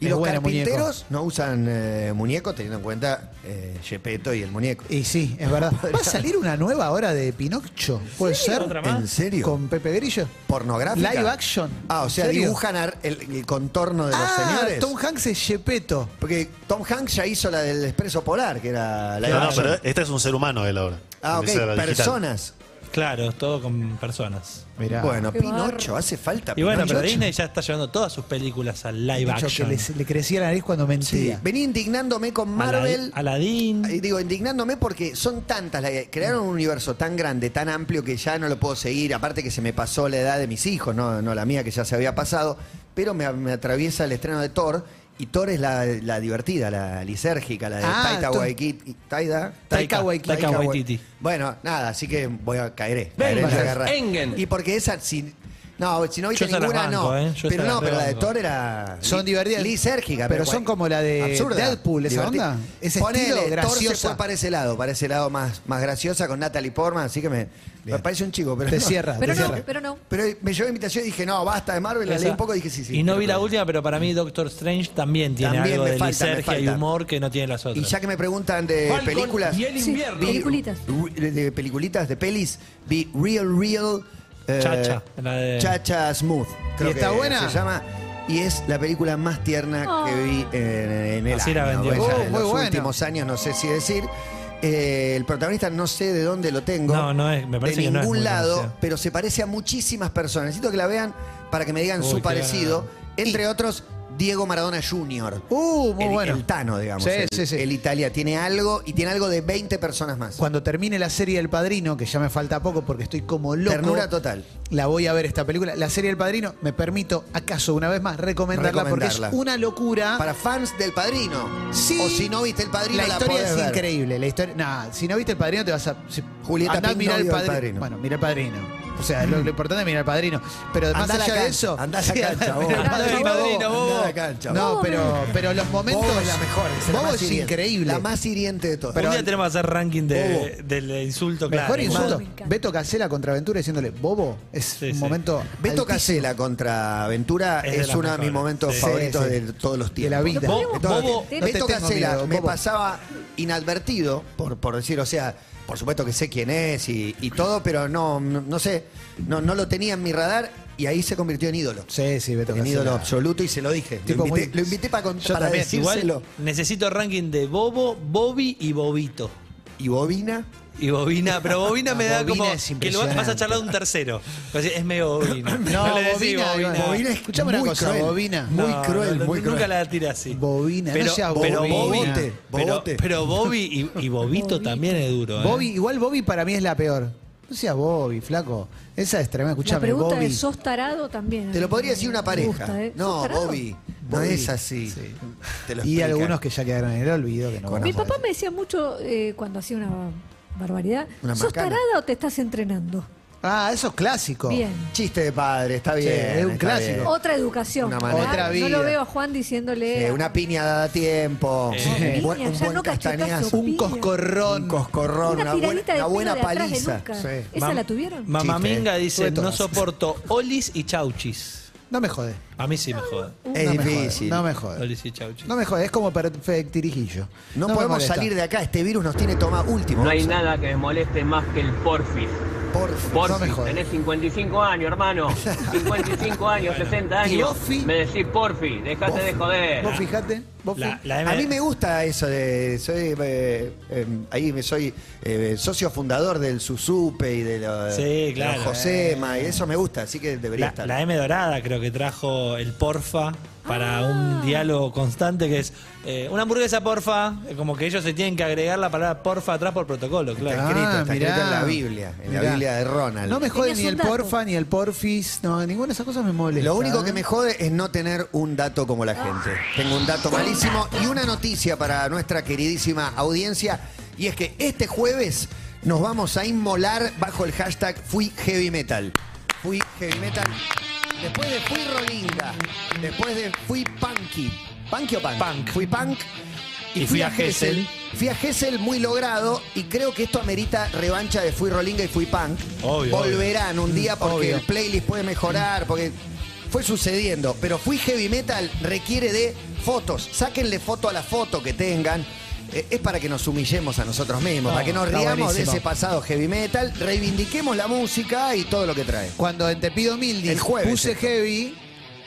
¿Y Es los bueno, carpinteros no usan eh, muñeco teniendo en cuenta eh, Gepetto y el muñeco? Y sí, es verdad. ¿Va a salir una nueva hora de Pinocho? ¿Puede ser? ¿Otra más? ¿En serio? ¿Con Pepe Grillo? ¿Pornográfica? Live action. Ah, o sea, ¿En serio? dibujan ar- el, el contorno de los ah, señores. Tom Hanks es Gepetto. Porque Tom Hanks ya hizo la del Expreso Polar, que era la No, no, pero este es un ser humano él ahora. Ah, ok, Ese era digital. personas. Claro, todo con personas. Mirá. Bueno, Qué Pinocho, barro. hace falta Y bueno, Pinocho. pero Disney ya está llevando todas sus películas al live Pinocho, que action. les- le crecía la nariz cuando Sí. mentía. Vení indignándome con Ala- Marvel. Aladdin. Eh, Digo, indignándome porque son tantas, la- crearon un universo tan grande, tan amplio que ya no lo puedo seguir, aparte que se me pasó la edad de mis hijos, no, no la mía que ya se había pasado, pero me, me atraviesa el estreno de Thor y Thor es la, la divertida, la lisérgica, la de Ah, Taika Thor. Waititi. Taika, Taika Waititi. Taika Wa- Waititi. Bueno, nada, así que voy a caeré. caeré en la Vengan, garra. vengan. Y porque esa, si, no, si no viste Yo se las ninguna, no. banco, ¿eh? Yo Pero se las no, pero la de rebanco. Thor era Son divertidas. lisérgica. Pero son como la de Absurda. Deadpool, esa onda. Ese Ponele, estilo Thor se graciosa. fue para ese lado, para ese lado más, más graciosa con Natalie Portman, así que me, me parece un chico. Pero Te no. cierra, Pero te no, cierra. pero no. Pero me llevó invitación y dije, no, basta de Marvel, la Esa- leí un poco y dije, sí, sí. y no pero- Mm. vi la última, pero para mí Doctor Strange también tiene También algo me de falta, me lisergia y falta. humor que no tiene las Y otras. ya que me preguntan de Falcon películas. y el Sí, invierno. vi- Peliculitas. re- de peliculitas, de pelis, vi Real Real. eh, Chacha, la de- Chacha Smooth. Creo ¿Y está que buena? Se llama. Y es la película más tierna Oh. que vi en, en el Así año. la vendió. Esa, Oh, en muy los buena. últimos años, no sé si decir. Eh, el protagonista no sé de dónde lo tengo. No, no es- me parece de que no es ningún muy lado, conocido. pero se parece a muchísimas personas. Necesito que la vean para que me digan Uy, su qué parecido. Entre otros, Diego Maradona Jr. Uh, muy el, bueno. el Tano, digamos. Sí, el, sí, sí. el Italia tiene algo y tiene algo de 20 personas más. Cuando termine la serie El Padrino, que ya me falta poco porque estoy como loco. Ternura total. La voy a ver esta película. La serie El Padrino, me permito, acaso una vez más, recomendarla, porque Recomendarla. es una locura. Para fans del Padrino. Sí. O si no viste el Padrino, la la, historia podés es ver. increíble. La historia, nah, si no viste El Padrino, te vas a. si- Julieta andá a Pink mirar no el vio El padrino. Padrino. Bueno, mira El Padrino. O sea, lo, lo importante es mirar El Padrino. Pero más Andá a la allá de cancha, eso. andá a la sí, cancha, vos. mira El Andá a la Padrino, vos. Padrino, vos. Andá a la cancha, No, vos. pero, pero los momentos. Bobo es la mejor, es la Bobo más es hiriente, increíble. La más hiriente de todas. Pero- un día tenemos que hacer ranking de- del insulto, claro. Mejor insulto. Me encanta. Beto Casella contra Ventura diciéndole, bobo, es Sí, un sí. momento. Beto altísimo. Casella contra Ventura Es de es, las uno de mis mejores. momentos Sí. favoritos Sí, sí. de todos los De tiempos. la vida. Bo- Lo Entonces, Bobo- te- Beto No te tengo Casella miedo, me Bobo. pasaba inadvertido, por, por decir, o sea, por supuesto que sé quién es y, y todo, pero no, no, no sé, no, no lo tenía en mi radar y ahí se convirtió en ídolo. Sí, sí, Beto En Casella. ídolo absoluto y se lo dije. Tipo lo invité, muy- lo invité para, cont- Yo para también, decírselo. Igual necesito ranking de Bobo, Bobby y Bobito. ¿Y Bobina? Y Bobina, pero Bobina me da Bobina como es que lo vas a charlar de un tercero. Pues es medio Bobina. No, le decís Bobina, Bobina es Escuchame una muy cosa, cruel, Bobina. Muy No, cruel, no, muy nunca cruel. la tiré así. Bobina, no seas bobina. Bobby, Bobote, pero, bobote. pero Bobby y, y Bobito también es duro. ¿eh? Bobby, igual Bobby para mí es la peor. No seas Bobby, flaco. Esa es tremenda. La Escuchame, pregunta Bobby. es, ¿sos tarado también? Te lo podría decir una Me pareja. gusta, ¿eh? No, ¿Sos tarado? Bobby, no Bobby. es así. Sí. Te lo y explican. algunos que ya quedaron en el olvido. Que no van a Mi poder. papá me decía mucho eh, cuando hacía una barbaridad, Una ¿sos macana. tarada o te estás entrenando? Ah, eso es clásico. Bien. Chiste de padre, está bien. es un está clásico. bien. Otra educación. Una ¿verdad? manera. Otra No vida. lo veo a Juan diciéndole. Eh, una piña dada a tiempo. Sí. Un buen, Oh, Piña, un ya buen no cachetazo. castañazo. Un coscorrón. Un coscorrón, una, una buena, tiradita de una pelo buena de atrás de paliza. nuca. Sí. ¿Esa Mam- la tuvieron? Mamá Chiste. Minga dice, Tuve no todas". soporto olis y chauchis. no me jode. A mí sí me joda. Es no difícil. Me jode, no me jode. Olis y chauchis. No me jode, es como perfectirijillo. No, me podemos molesta. salir de acá, este virus nos tiene tomado último. No hay nada que me moleste más que el porfis. Porfis. No me Porfis, jodas. tenés 55 años, hermano. 55 años, 60 ¿Y años. vos, Fi? Me decís porfis, dejate de joder. Vos fijate, vos La- fi- la M- A mí me gusta eso de. Soy, eh, eh, ahí me- soy eh, socio fundador del Susupe y de, lo- Sí, de claro. los Josema, Eh. y eso me gusta, así que debería La, estar. la M dorada creo que trajo el porfa para un diálogo constante que es eh, una hamburguesa porfa, Eh, como que ellos se tienen que agregar la palabra porfa atrás por protocolo, está claro. escrito, Ah, está escrito mirá. en la Biblia, en la Mirá. Biblia de Ronald. No me jode Tenías ni un el dato. porfa, ni el porfis, no, ninguna de esas cosas me molesta. Lo único que ¿eh? me jode es no tener un dato como la gente. Tengo un dato malísimo y una noticia para nuestra queridísima audiencia. Y es que este jueves nos vamos a inmolar bajo el hashtag Fui Heavy Metal. Fui Heavy Metal. Después de Fui Rolinga. Después de Fui Punky. ¿Punky o punk? Punk. Fui Punk. Y fui a Gesell. Fui a Gessel muy logrado y creo que esto amerita revancha de Fui Rolinga y Fui Punk. Obvio, obvio. Volverán un día porque Obvio. el playlist puede mejorar, porque fue sucediendo. Pero Fui Heavy Metal requiere de fotos. Sáquenle foto a la foto que tengan. Eh, Es para que nos humillemos a nosotros mismos, No, para que nos está riamos de buenísimo. ese pasado heavy metal, reivindiquemos la música y todo lo que trae. Cuando en Te Pido Mildis El jueves puse esto. Heavy,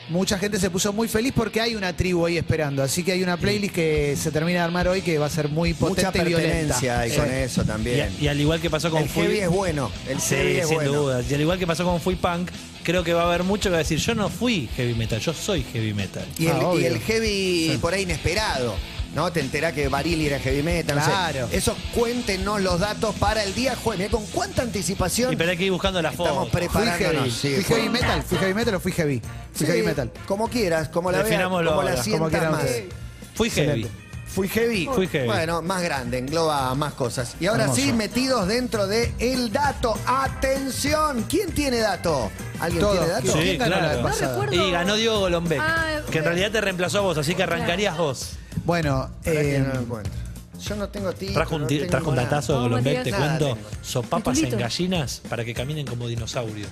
mucha gente se puso muy feliz porque hay una tribu ahí esperando. Así que hay una playlist que se termina de armar hoy que va a ser muy Mucha potente y pertenencia violenta. hay Sí. con eso Eh, Y, a- también. y al igual que pasó con el heavy es bueno, el Sí, heavy es sin bueno. duda. Y al igual que pasó con Fui Punk, creo que va a haber mucho que va a decir, yo no fui heavy metal, yo soy heavy metal. Y, Ah, el, y obvio. el heavy por ahí inesperado. ¿No? Te enterás que Barili era heavy metal. no sé. Claro. Eso cuéntenos los datos para el día jueves. Mirá con cuánta anticipación. Y pero hay que ir buscando la Estamos foto. Fui preparándonos. heavy. sí, fui fue- heavy metal, fui heavy metal o fui heavy. Fui sí, heavy metal. Como quieras, como la veas, Definámoslo como la ahora, como sientas queramos. más. Fui heavy. Excelente. Fui heavy. Fui heavy. Bueno, más grande, engloba más cosas. Y ahora Hermoso. sí, metidos dentro de el dato. ¡Atención! ¿Quién tiene dato? ¿Alguien Todos. tiene dato? Sí, ¿Quién ganó la claro. vez pasada? No recuerdo. Y ganó Diego Golombek, Ah, que en realidad te reemplazó a vos, así que arrancarías vos. Bueno, Pará que eh, no lo encuentro. Yo no tengo título. Trajo un, no ti- tengo trajo un nada. datazo de No, Golombek, Matías, te nada cuento. tengo. Sopapas en Pitulito. gallinas para que caminen como dinosaurios.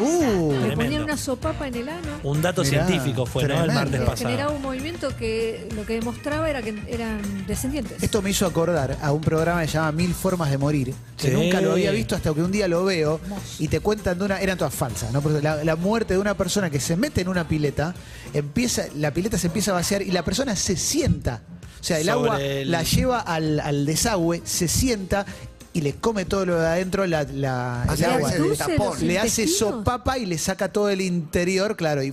uh, Le ponían Tremendo. una sopapa en el ano. Un dato Mirá, científico fue, ¿no? tremendo. El martes que generaba pasado. un movimiento que lo que demostraba era que eran descendientes. Esto me hizo acordar a un programa que se llama Mil Formas de Morir, que Sí. nunca lo había visto hasta que un día lo veo y te cuentan de una, eran todas falsas, ¿no? Pero La, la muerte de una persona que se mete en una pileta, empieza, la pileta se empieza a vaciar y la persona se sienta. O sea, el Sobre agua el- la lleva al, al desagüe, se sienta y le come todo lo de adentro la, la- el Hace agua. agua, se tapón. los Le hace intestinos. sopapa y le saca todo el interior, claro, y...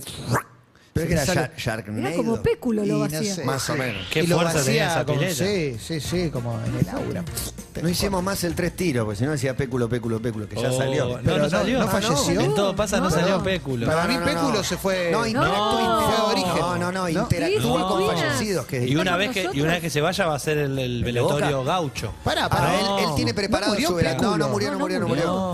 Pero es que se era sale- Shark- Sharknado. Era como péculo lo Y no vacía. sé. Más o menos. Qué y lo fuerza tenía vacía esa con- pileta. Sí, sí, sí, como en el aura. No hicimos más el tres tiros, porque si no decía péculo, péculo, péculo, que ya Oh, salió. No, Pero no no- salió. no falleció. En todo pasa, No. no, salió Péculo. Para mí Péculo se fue- No, interactúa- fue de no, origen. no, no, interactúa No. con Divina. fallecidos. Que Y una, vez que, y una vez que se vaya va a ser el, el de Boca? velatorio gaucho. Pará, pará. Ah, él, él tiene preparado murió su velatorio. No, no Péculo. murió, no murió, no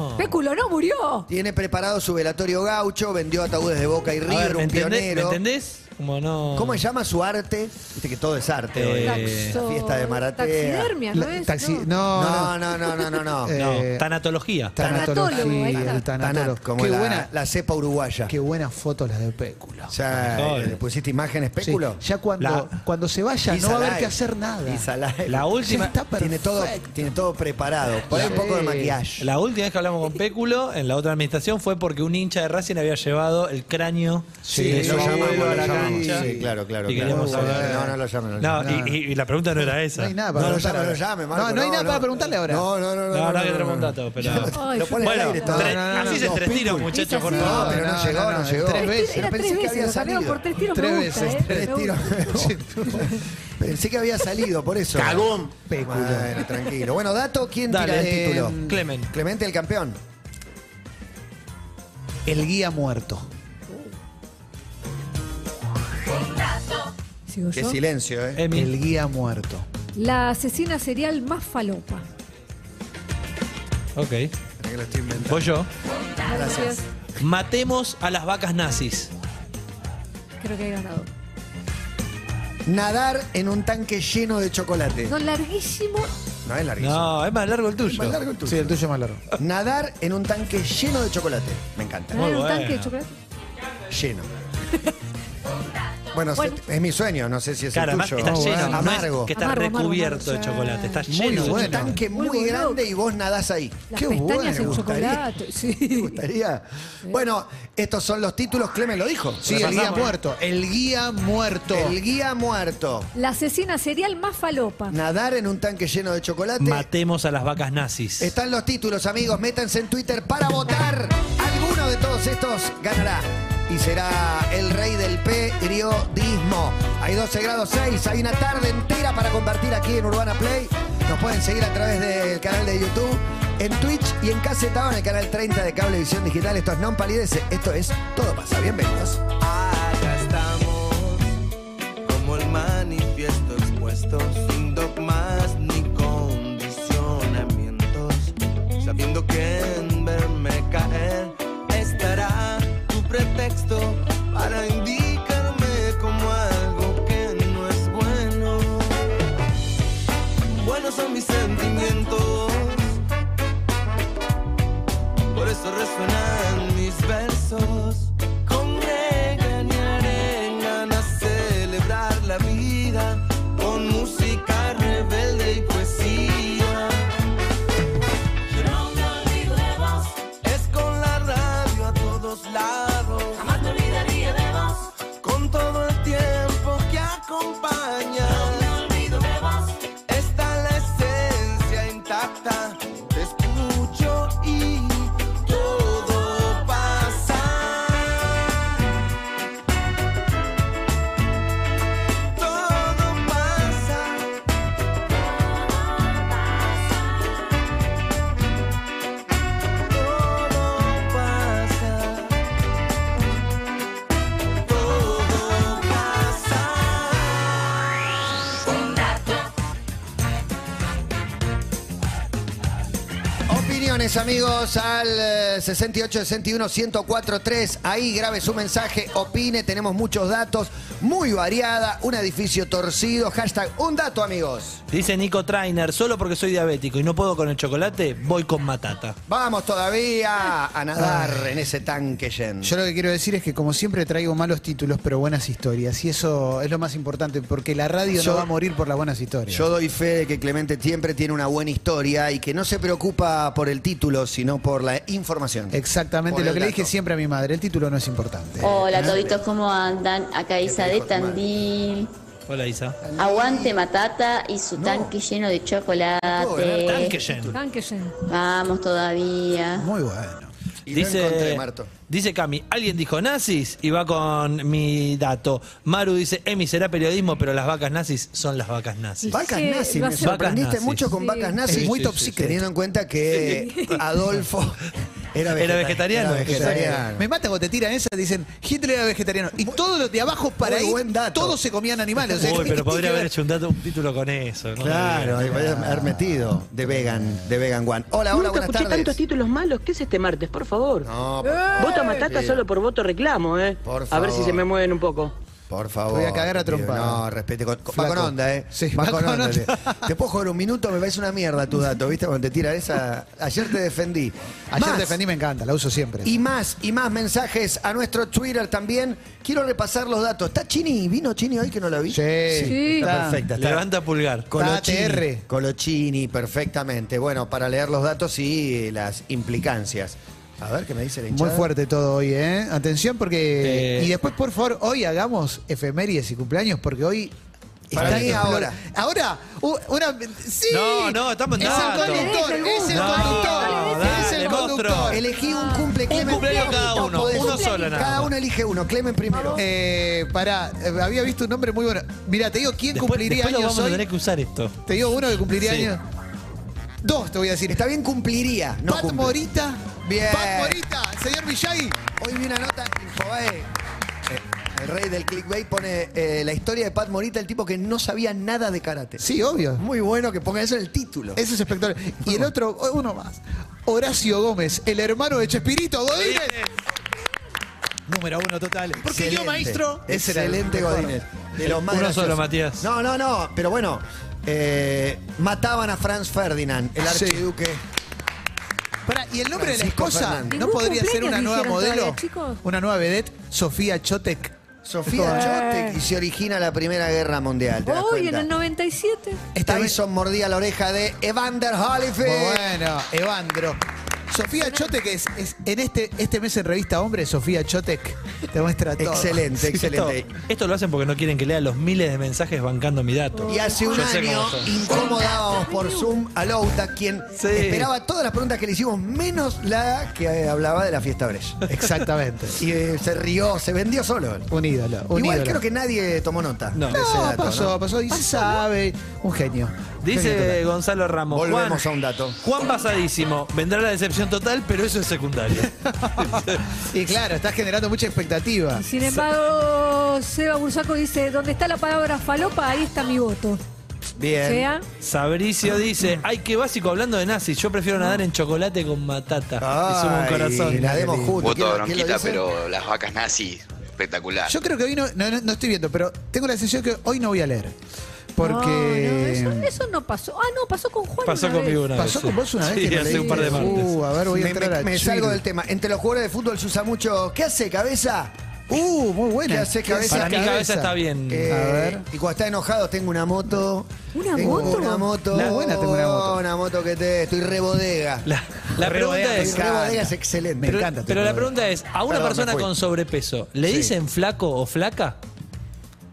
murió. Péculo no murió. Tiene preparado su velatorio gaucho, vendió ataúdes de Boca y A River, ver, ¿me un entendés? ¿Me pionero. entendés? Como no... ¿Cómo se llama su arte? Viste que todo es arte hoy. Eh, La fiesta de Maratea. Taxidermia, ¿no La- es? taxi- No. no, No, no, no, no, no, no. Eh, No, tanatología. Tanatólogo, ahí está. Tanatología, el tanatólogo. Tanat, como Qué la, buena, la cepa uruguaya. qué buena foto la de Péculo. O sea, Mejor. ¿le eh, pusiste imágenes Sí, péculo? ya cuando, La- cuando se vaya Y no va a haber Salai. que hacer nada. Y Salai. La última- Ya está perfecto. tiene todo, tiene todo preparado. Ponle un poco de maquillaje. La última vez que hablamos con Péculo en la otra administración fue porque un hincha de Racing había llevado el cráneo de su lo llamamos, abuelo a lo la llamamos. cancha. Sí, claro, claro. Y claro. queríamos saber. No, no lo llamen. lo No, llamen. y, y- y la pregunta no era esa. No hay nada para No lo llame, preguntarle no lo ahora. llame, No, Marco. no hay nada para preguntarle ahora. No, no, no. No, no, no, no, que no, tenemos no. un dato, pero. Ay, Lo pone Bueno, al aire todo. tres- no, no, no, así es no, el tres tiros, muchachos, por Esa sí. No, favor. pero no llegó, no llegó. Tres veces. Pero Era pensé tres que había veces, lo salido. cambiaron por tres tiros Tres me gusta, veces, ¿eh? Me Tres tiros. gusta. Pensé que había salido, por eso. Cagón. Péculo. Bueno, tranquilo. Bueno, dato, ¿quién Dale, tira el título? em, Clemen. Clemente el campeón. El guía muerto. ¿Sigo Qué yo? silencio, ¿eh? Emi. El guía muerto. La asesina serial más falopa. Ok. Mirá que lo estoy inventando. Voy yo. Gracias. Matemos a las vacas nazis. Creo que he ganado. Nadar en un tanque lleno de chocolate. No, larguísimo. No es larguísimo. No, es más largo el tuyo. Más largo el tuyo. Sí, el tuyo es más largo. Nadar en un tanque lleno de chocolate. Me encanta. ¿no? Era un bueno. tanque de chocolate. Lleno. Bueno, Bueno. se- es mi sueño, no sé si es Claro, el además tuyo. que está No, lleno, bueno. no es amargo. que está Amargo, amargo, recubierto de amargo, chocolate, está Muy lleno de bueno. chocolate. Tanque muy Vuelvo grande loco. y vos nadás ahí. Las Qué pestañas bueno, en gustaría. chocolate. ¿Te Sí. gustaría? Bueno, estos son los títulos, Clemen lo dijo. Sí, el Repasamos, guía ¿eh? muerto. El guía muerto. El guía muerto. La asesina serial más falopa. Nadar en un tanque lleno de chocolate. Matemos a las vacas nazis. Están los títulos, amigos. Métanse en Twitter para votar. Alguno de todos estos ganará. Y será el rey del periodismo. Hay 12 grados 6. Hay una tarde entera para compartir aquí en Urbana Play. Nos pueden seguir a través del canal de YouTube, en Twitch y en Casetado, en el canal 30 de Cablevisión Digital. Esto es Non Palidece. Esto es Todo Pasa. Bienvenidos. Acá estamos, como el manifiesto expuesto, sin dogmas ni condicionamientos, sabiendo que en verme caer estará tu pretexto para indicarme como algo que no es bueno. Buenos son mis sentimientos, por eso resuenan mis versos. Con reggae y arengan a celebrar la vida con música rebelde y poesía. Yo no me olvido de vos, Es con la radio a todos lados, jamás me olvidaría de vos. con todo el tiempo que acompaña. No me olvido de vos, Está la esencia intacta. Te escucho y todo pasa. Todo pasa. Todo pasa. Todo pasa. Opiniones, amigos, al eh, 68-61-1043. Ahí grabe su mensaje, opine. Tenemos muchos datos, muy variada. Un edificio torcido. Hashtag un dato, amigos. Dice Nico Trainer, solo porque soy diabético y no puedo con el chocolate, voy con matata. Vamos todavía a nadar en ese tanque lleno. Yo lo que quiero decir es que como siempre traigo malos títulos, pero buenas historias. Y eso es lo más importante, porque la radio Yo- no va a morir por las buenas historias. Yo doy fe de que Clemente siempre tiene una buena historia y que no se preocupa por el título, sino por la información. Exactamente Por lo el que le dije dato. siempre a mi madre, el título no es importante. Hola, toditos, ¿cómo andan? Acá Isa de Tandil. Hola, Isa. Aguante Matata y su tanque lleno de chocolate. Eh, Tanque lleno. Vamos todavía. Muy bueno. Dice, dice Cami, alguien dijo nazis y va con mi dato. Maru dice, Emi será periodismo, pero las vacas nazis son las vacas nazis. Vacas nazis, me sorprendiste mucho con vacas nazis. Sí, muy sí, top sí, secret, sí. teniendo en cuenta que Adolfo era vegetariano. Era vegetariano. Era vegetariano. Eh, Me mata cuando te tiran esa, dicen Hitler era vegetariano. Y todos los de abajo para muy ahí, buen todos se comían animales. o sea, Uy, pero podría haber hecho un, dato, un título con eso. ¿no? Claro, ahí podría haber metido de vegan, de vegan one. Hola, hola, Nunca buenas escuché Eh. tardes. tantos títulos malos. ¿Qué es este martes? Por favor. No, por favor. Voto a Matata Sí. solo por voto reclamo, ¿eh? Por A ver si favor. se me mueven un poco. Por favor. Te voy a cagar a pibe, trompada. No, respete. Con, con- va Flaco. con onda, ¿eh? Sí, va va con con onda. onda. Te- Te puedo joder un minuto, me parece una mierda tu dato, ¿viste? Cuando te tira esa. Ayer te defendí. Ayer Más. defendí, me encanta, la uso siempre. Y más, y más mensajes a nuestro Twitter también. Quiero repasar los datos. ¿Está Chini? ¿Vino Chini hoy que no la vi? Sí. Sí. Está perfecta. Está Levanta pulgar. Colochini, ATR. Colochini, perfectamente. Bueno, para leer los datos y eh, las implicancias. A ver qué me dice la Muy hinchada. fuerte todo hoy, ¿eh? Atención porque... Eh. Y después, por favor, hoy hagamos efemérides y cumpleaños porque hoy... Para está mí en flor. ahora. Ahora, u- una... Sí. No, no, estamos en Es el dato. conductor, es el No, conductor. es dale, el e-, conductor. monstruo. Elegí un cumple, Clemen. cumpleaños cada No uno, podés. uno solo nada Cada más. uno elige uno. Clemen primero. Eh, pará, eh, había visto un nombre muy bueno. Mira, te digo quién Después, cumpliría después lo años vamos a hoy. tener que usar esto. Te digo uno que cumpliría Sí. años. Dos te voy a decir. Está bien, cumpliría. No Pat cumple. Morita. Bien. Pat Morita, señor Villay. Hoy vi una nota en Infobae. eh, El rey del clickbait pone eh, la historia de Pat Morita, el tipo que no sabía nada de karate. Sí, obvio. Muy bueno que ponga eso en el título. Ese es espectacular. Y el otro, uno más. Horacio Gómez, el hermano de Chespirito Godínez. Número uno total. Porque yo, Excelente. maestro. Ese era el Excelente mejor. Godínez. De los más Uno graciosos. solo, Matías. No, no, no. Pero bueno, eh, mataban a Franz Ferdinand, el Sí. archiduque. Pará, y el nombre de la Francisco esposa, Fernández. ¿no Ningún podría ser una cumpleaños nueva dijeron modelo? todavía, chicos. Una nueva vedette, Sofía Chotek. Sofía Chotek y se origina la Primera Guerra Mundial. ¿te das Hoy, en cuenta? el 97. Tyson mordía la oreja de Evander Holyfield. Muy bueno, Evandro. Sofía Chotek es, es- en este, este mes en revista Hombre, Sofía Chotek te muestra todo. Excelente, Esto, excelente. esto lo hacen porque no quieren que lea los miles de mensajes bancando mi dato. Y hace un Yo sé año cómo son. incomodábamos por Zoom a Louta, quien Sí. esperaba todas las preguntas que le hicimos, menos la que eh, hablaba de la fiesta Brecht. Exactamente. Y eh, se rió, se vendió solo. Un ídolo. un Igual ídolo. creo que nadie tomó nota No. de ese No, dato. pasó, ¿no? pasó. Y se sabe. Un genio. Genio Dice total. Gonzalo Ramos. Volvemos Juan, a un dato. Juan pasadísimo. Vendrá la decepción total, pero eso es secundario. Y claro, estás generando mucha expectativa. Y sin embargo, Seba Bursaco dice, donde está la palabra falopa, ahí está mi voto. O Bien. sea, Sabricio dice, ay, qué básico hablando de nazis. Yo prefiero nadar en chocolate con matata. y sumo un Ay, corazón. la demos juntos. Voto a ¿Quién- quién lo bronquita, dice? pero las vacas nazis, espectacular. Yo creo que hoy no, no, no- no estoy viendo, pero tengo la sensación que hoy no voy a leer. Porque. No, no, eso, eso no pasó. Ah, no, pasó con Juan. Pasó una vez. conmigo una vez. Pasó con vos una vez. Sí, que lo hace leí? un par de martes. Uh, a ver, voy a me, entrar me- a me Twitter. salgo del tema. Entre los jugadores de fútbol se usa mucho. ¿Qué hace, cabeza? Uh, muy buena. ¿Qué hace, cabeza? Para mí cabeza está bien. Eh, A ver. Y cuando está enojado, tengo una moto. ¿Una tengo moto? Una moto. La buena tengo una moto. Una moto que te. Estoy rebodega. La, la pregunta Estoy es... encanta. rebodega es excelente. este Me Pero, encanta tu pero la modelo. pregunta es, a una Perdón, persona me fui. con sobrepeso, ¿le Sí. dicen flaco o flaca?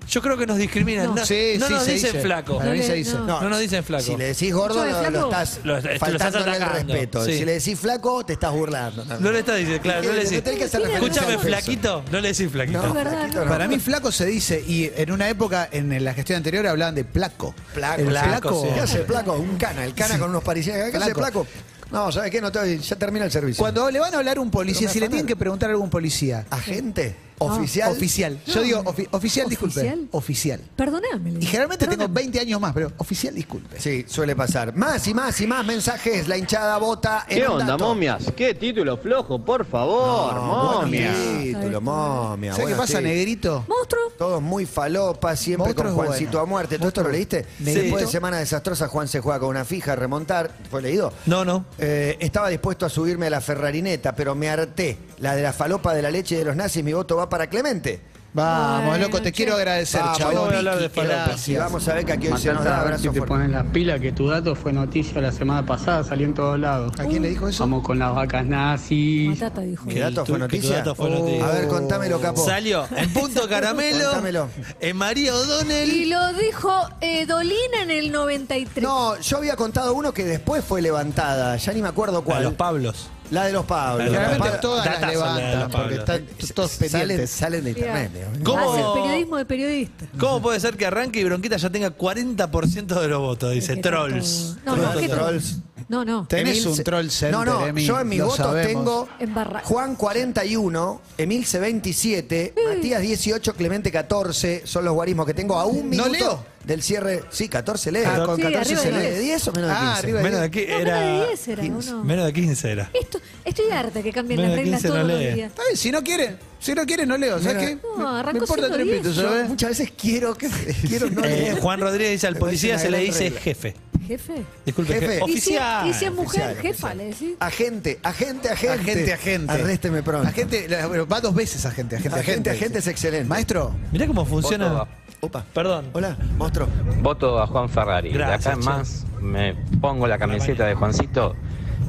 Yo creo que nos discriminan. No, Sí, no sí, nos se dicen dice. flaco. Para mí No se le- dice. Eh, no. No, nos dicen flaco. Si le decís gordo, Yo de lo, flaco- lo estás Lo- lo estás faltando el atacando, respeto. sí. Si le decís flaco, te estás burlando. No le estás diciendo, claro, no le No decís. tenés que hacer referencia Escúchame, al peso. flaquito. No le decís flaquito. No, Es verdad, flaquito ¿no? no. Para mí flaco se dice, y en una época, en la gestión anterior, hablaban de placo. Placo. El Placo, placo. sí. ¿Qué hace Placo? Un cana, el cana con unos parisinos. ¿Qué hace Flaco. Placo? No, ¿sabes qué? No te doy- ya termina el servicio. Cuando le van a hablar a un policía, Pero me si le tienen afanaron. que preguntar a algún policía. Ah, agente oficial. Oficial. Yo digo ofi- oficial, disculpe. ¿Oficial? Oficial. Perdonámelo. Y generalmente tengo Perdóname. 20 años más, pero oficial, disculpe. Sí, suele pasar. Más y más y más mensajes. La hinchada vota en ¿Qué un onda, dato. momias? ¿Qué título flojo, por favor, No, momia? Buen título, momia. ¿Sabes qué bueno, pasa, sí. negrito? Monstruo. Todos muy falopas, siempre Monstruo con es bueno. Juancito a muerte. ¿Tú esto lo leíste? Después de semana desastrosa, Juan se juega con una fija, a remontar. ¿Fue leído? No, no. Eh, estaba dispuesto a subirme a la Ferrarineta, pero me harté. La de la falopa de la leche de los nazis, mi voto va para Clemente. Vamos, loco, te quiero agradecer, Vamos, chabón. voy a hablar de Vicky, falopa, sí, gracias. vamos a ver que aquí hoy se nos da Matata, a ver abrazo si te fuerte. pones las pilas, que tu dato fue noticia la semana pasada, salió en todos lados. ¿A quién le dijo eso? Vamos con las vacas nazis. Matata dijo. ¿Qué dato fue Tu- que tu noticia? dato fue noticia. Uh, A ver, contámelo, capo. Salió en Punto Caramelo, Contámelo. en María O'Donnell. Y lo dijo eh, Dolina en el 93. No, yo había contado uno que después fue levantada, ya ni me acuerdo A cuál. los Pablos. La de los Pablos. Generalmente Pa- todas las Datazo le da a levantan, los porque Pablos. están todos Salen, pendientes. salen de internet. digamos. ¿Cómo? Hace Ah, periodismo de periodista. ¿Cómo puede ser que arranque y Bronquita ya tenga 40% de los votos? Dice Qué Trolls. tonto. No, no, qué tonto. Trolls. No, no. Tenés Emil un se- troll center, No, no, Emi, yo en mi lo voto sabemos. tengo En barra. Juan 41, Emilce 27, Mm. Matías 18, Clemente 14, son los guarismos que tengo a un ¿No minuto leo? del cierre. Sí, 14 lee. Ah, con Sí, 14 arriba se de lee. ¿De 10 o menos de Ah, 15? arriba de Menos 10. de, qui- No, menos era, de 10 era, ¿o no? menos de 15 era. Esto, estoy harta que cambien Menos las de reglas 15 no todos los lee. días. Está bien, si no quieren, si no quieren, no leo. ¿Sabes qué? Mira. No, Me- me arrancó importa tres 110, pitos, Yo ¿sabes? muchas veces quiero que quiero no Eh, leer. Juan Rodríguez dice: al Me parece policía una se le gran dice regla. jefe. Jefe. Disculpe, Jefe. jefe. Y si- Y si, Oficial. y si es mujer, Oficial, jefa, oficial. le decís. Agente, agente, agente. Agente, agente. Arrésteme Este pronto. Agente, la- bueno, va dos veces agente, agente, agente, agente. agente es dice. excelente. Maestro, Mirá cómo funciona. Voto Opa. Perdón. Hola, monstruo. Voto a Juan Ferrari. Gracias, de acá en che. más me pongo la camiseta de Juancito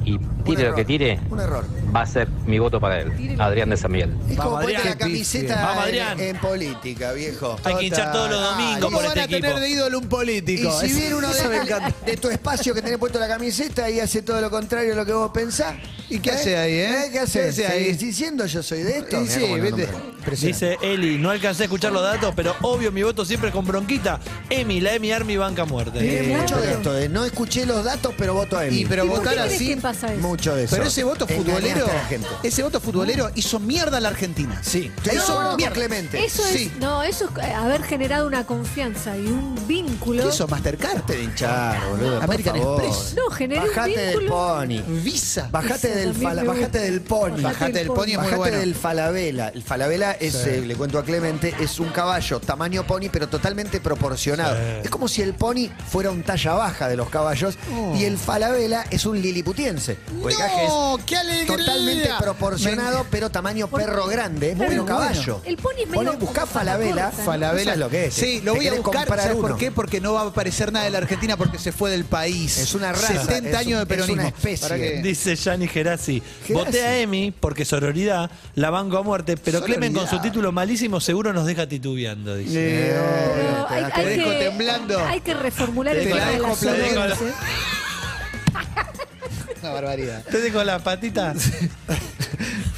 y tire error, lo que tire, un error. va a ser mi voto para Tire él. lo Adrián de San Miguel. Es como Vamos, ponerte la Adrián. camiseta Vamos, en- Adrián. En, política, viejo. Hay que hinchar todos los domingos ¿cómo por van este a tener equipo. de ídolo un político? Y si Es- viene uno eso me de, encanta. de tu espacio que tenés puesto la camiseta y hace todo lo contrario a lo que vos pensás. ¿Y qué hace ahí, eh? ¿Qué hace? ¿Qué hace ahí? ¿Seguís diciendo yo soy de esto? Y Mirá sí, cómo lo vete. nombran. Impresionante. Dice Eli, no alcancé a escuchar los datos, pero obvio mi voto siempre es con bronquita. Emi, la Emi Army banca muerte. Tiene Eh, mucho de claro. esto, eh. no escuché los datos, pero voto a él. Y pero ¿Y por qué votar crees así. que pasa eso? Mucho de eso. Pero ese voto Engañaste futbolero, a la gente. ese voto futbolero hizo mierda a la Argentina. Sí, La no, hizo mierda. Clemente. Eso es, Sí. no, eso es eh, haber generado una confianza y un vínculo. ¿Qué hizo? Mastercard. Dejate de hinchar, boludo. por American favor. Express. No, generé un Bajate del vínculo. pony. Visa. Bajate Eso del, también fala- me gusta. bajate del pony. Bajate del pony es muy Bajate bueno. del falabela. El falabela es, eh, le cuento a Clemente, es un caballo tamaño pony, pero totalmente proporcionado. Es como si el pony fuera un talla baja de los caballos y el falabela es un liliputiense. Porque el caje No, es qué alegría. Totalmente proporcionado, pero tamaño perro grande. Es muy Bueno, caballo. bueno. El pony es medio Poné, como buscá falabela. patacorta, ¿no? Falabella Eso es lo que es. Sí, lo Te voy a querés buscar. comprar ¿Sabes uno. por qué? Porque no va a aparecer nada de la Argentina porque se fue del país. Es una raza, 70 es un- años de es peronismo. una especie. Para que- Dice Gianni Gerasi, voté a Emi porque sororidad, la banco a muerte, pero Clemen con su Sororidad. título malísimo seguro nos deja titubeando. Dice. Eh, Pero te hay, la hay dejo que, temblando. hay que reformular Te el la tema de dejo las aplaudiendo. horas, ¿eh? Una barbaridad. Te dejo las patitas.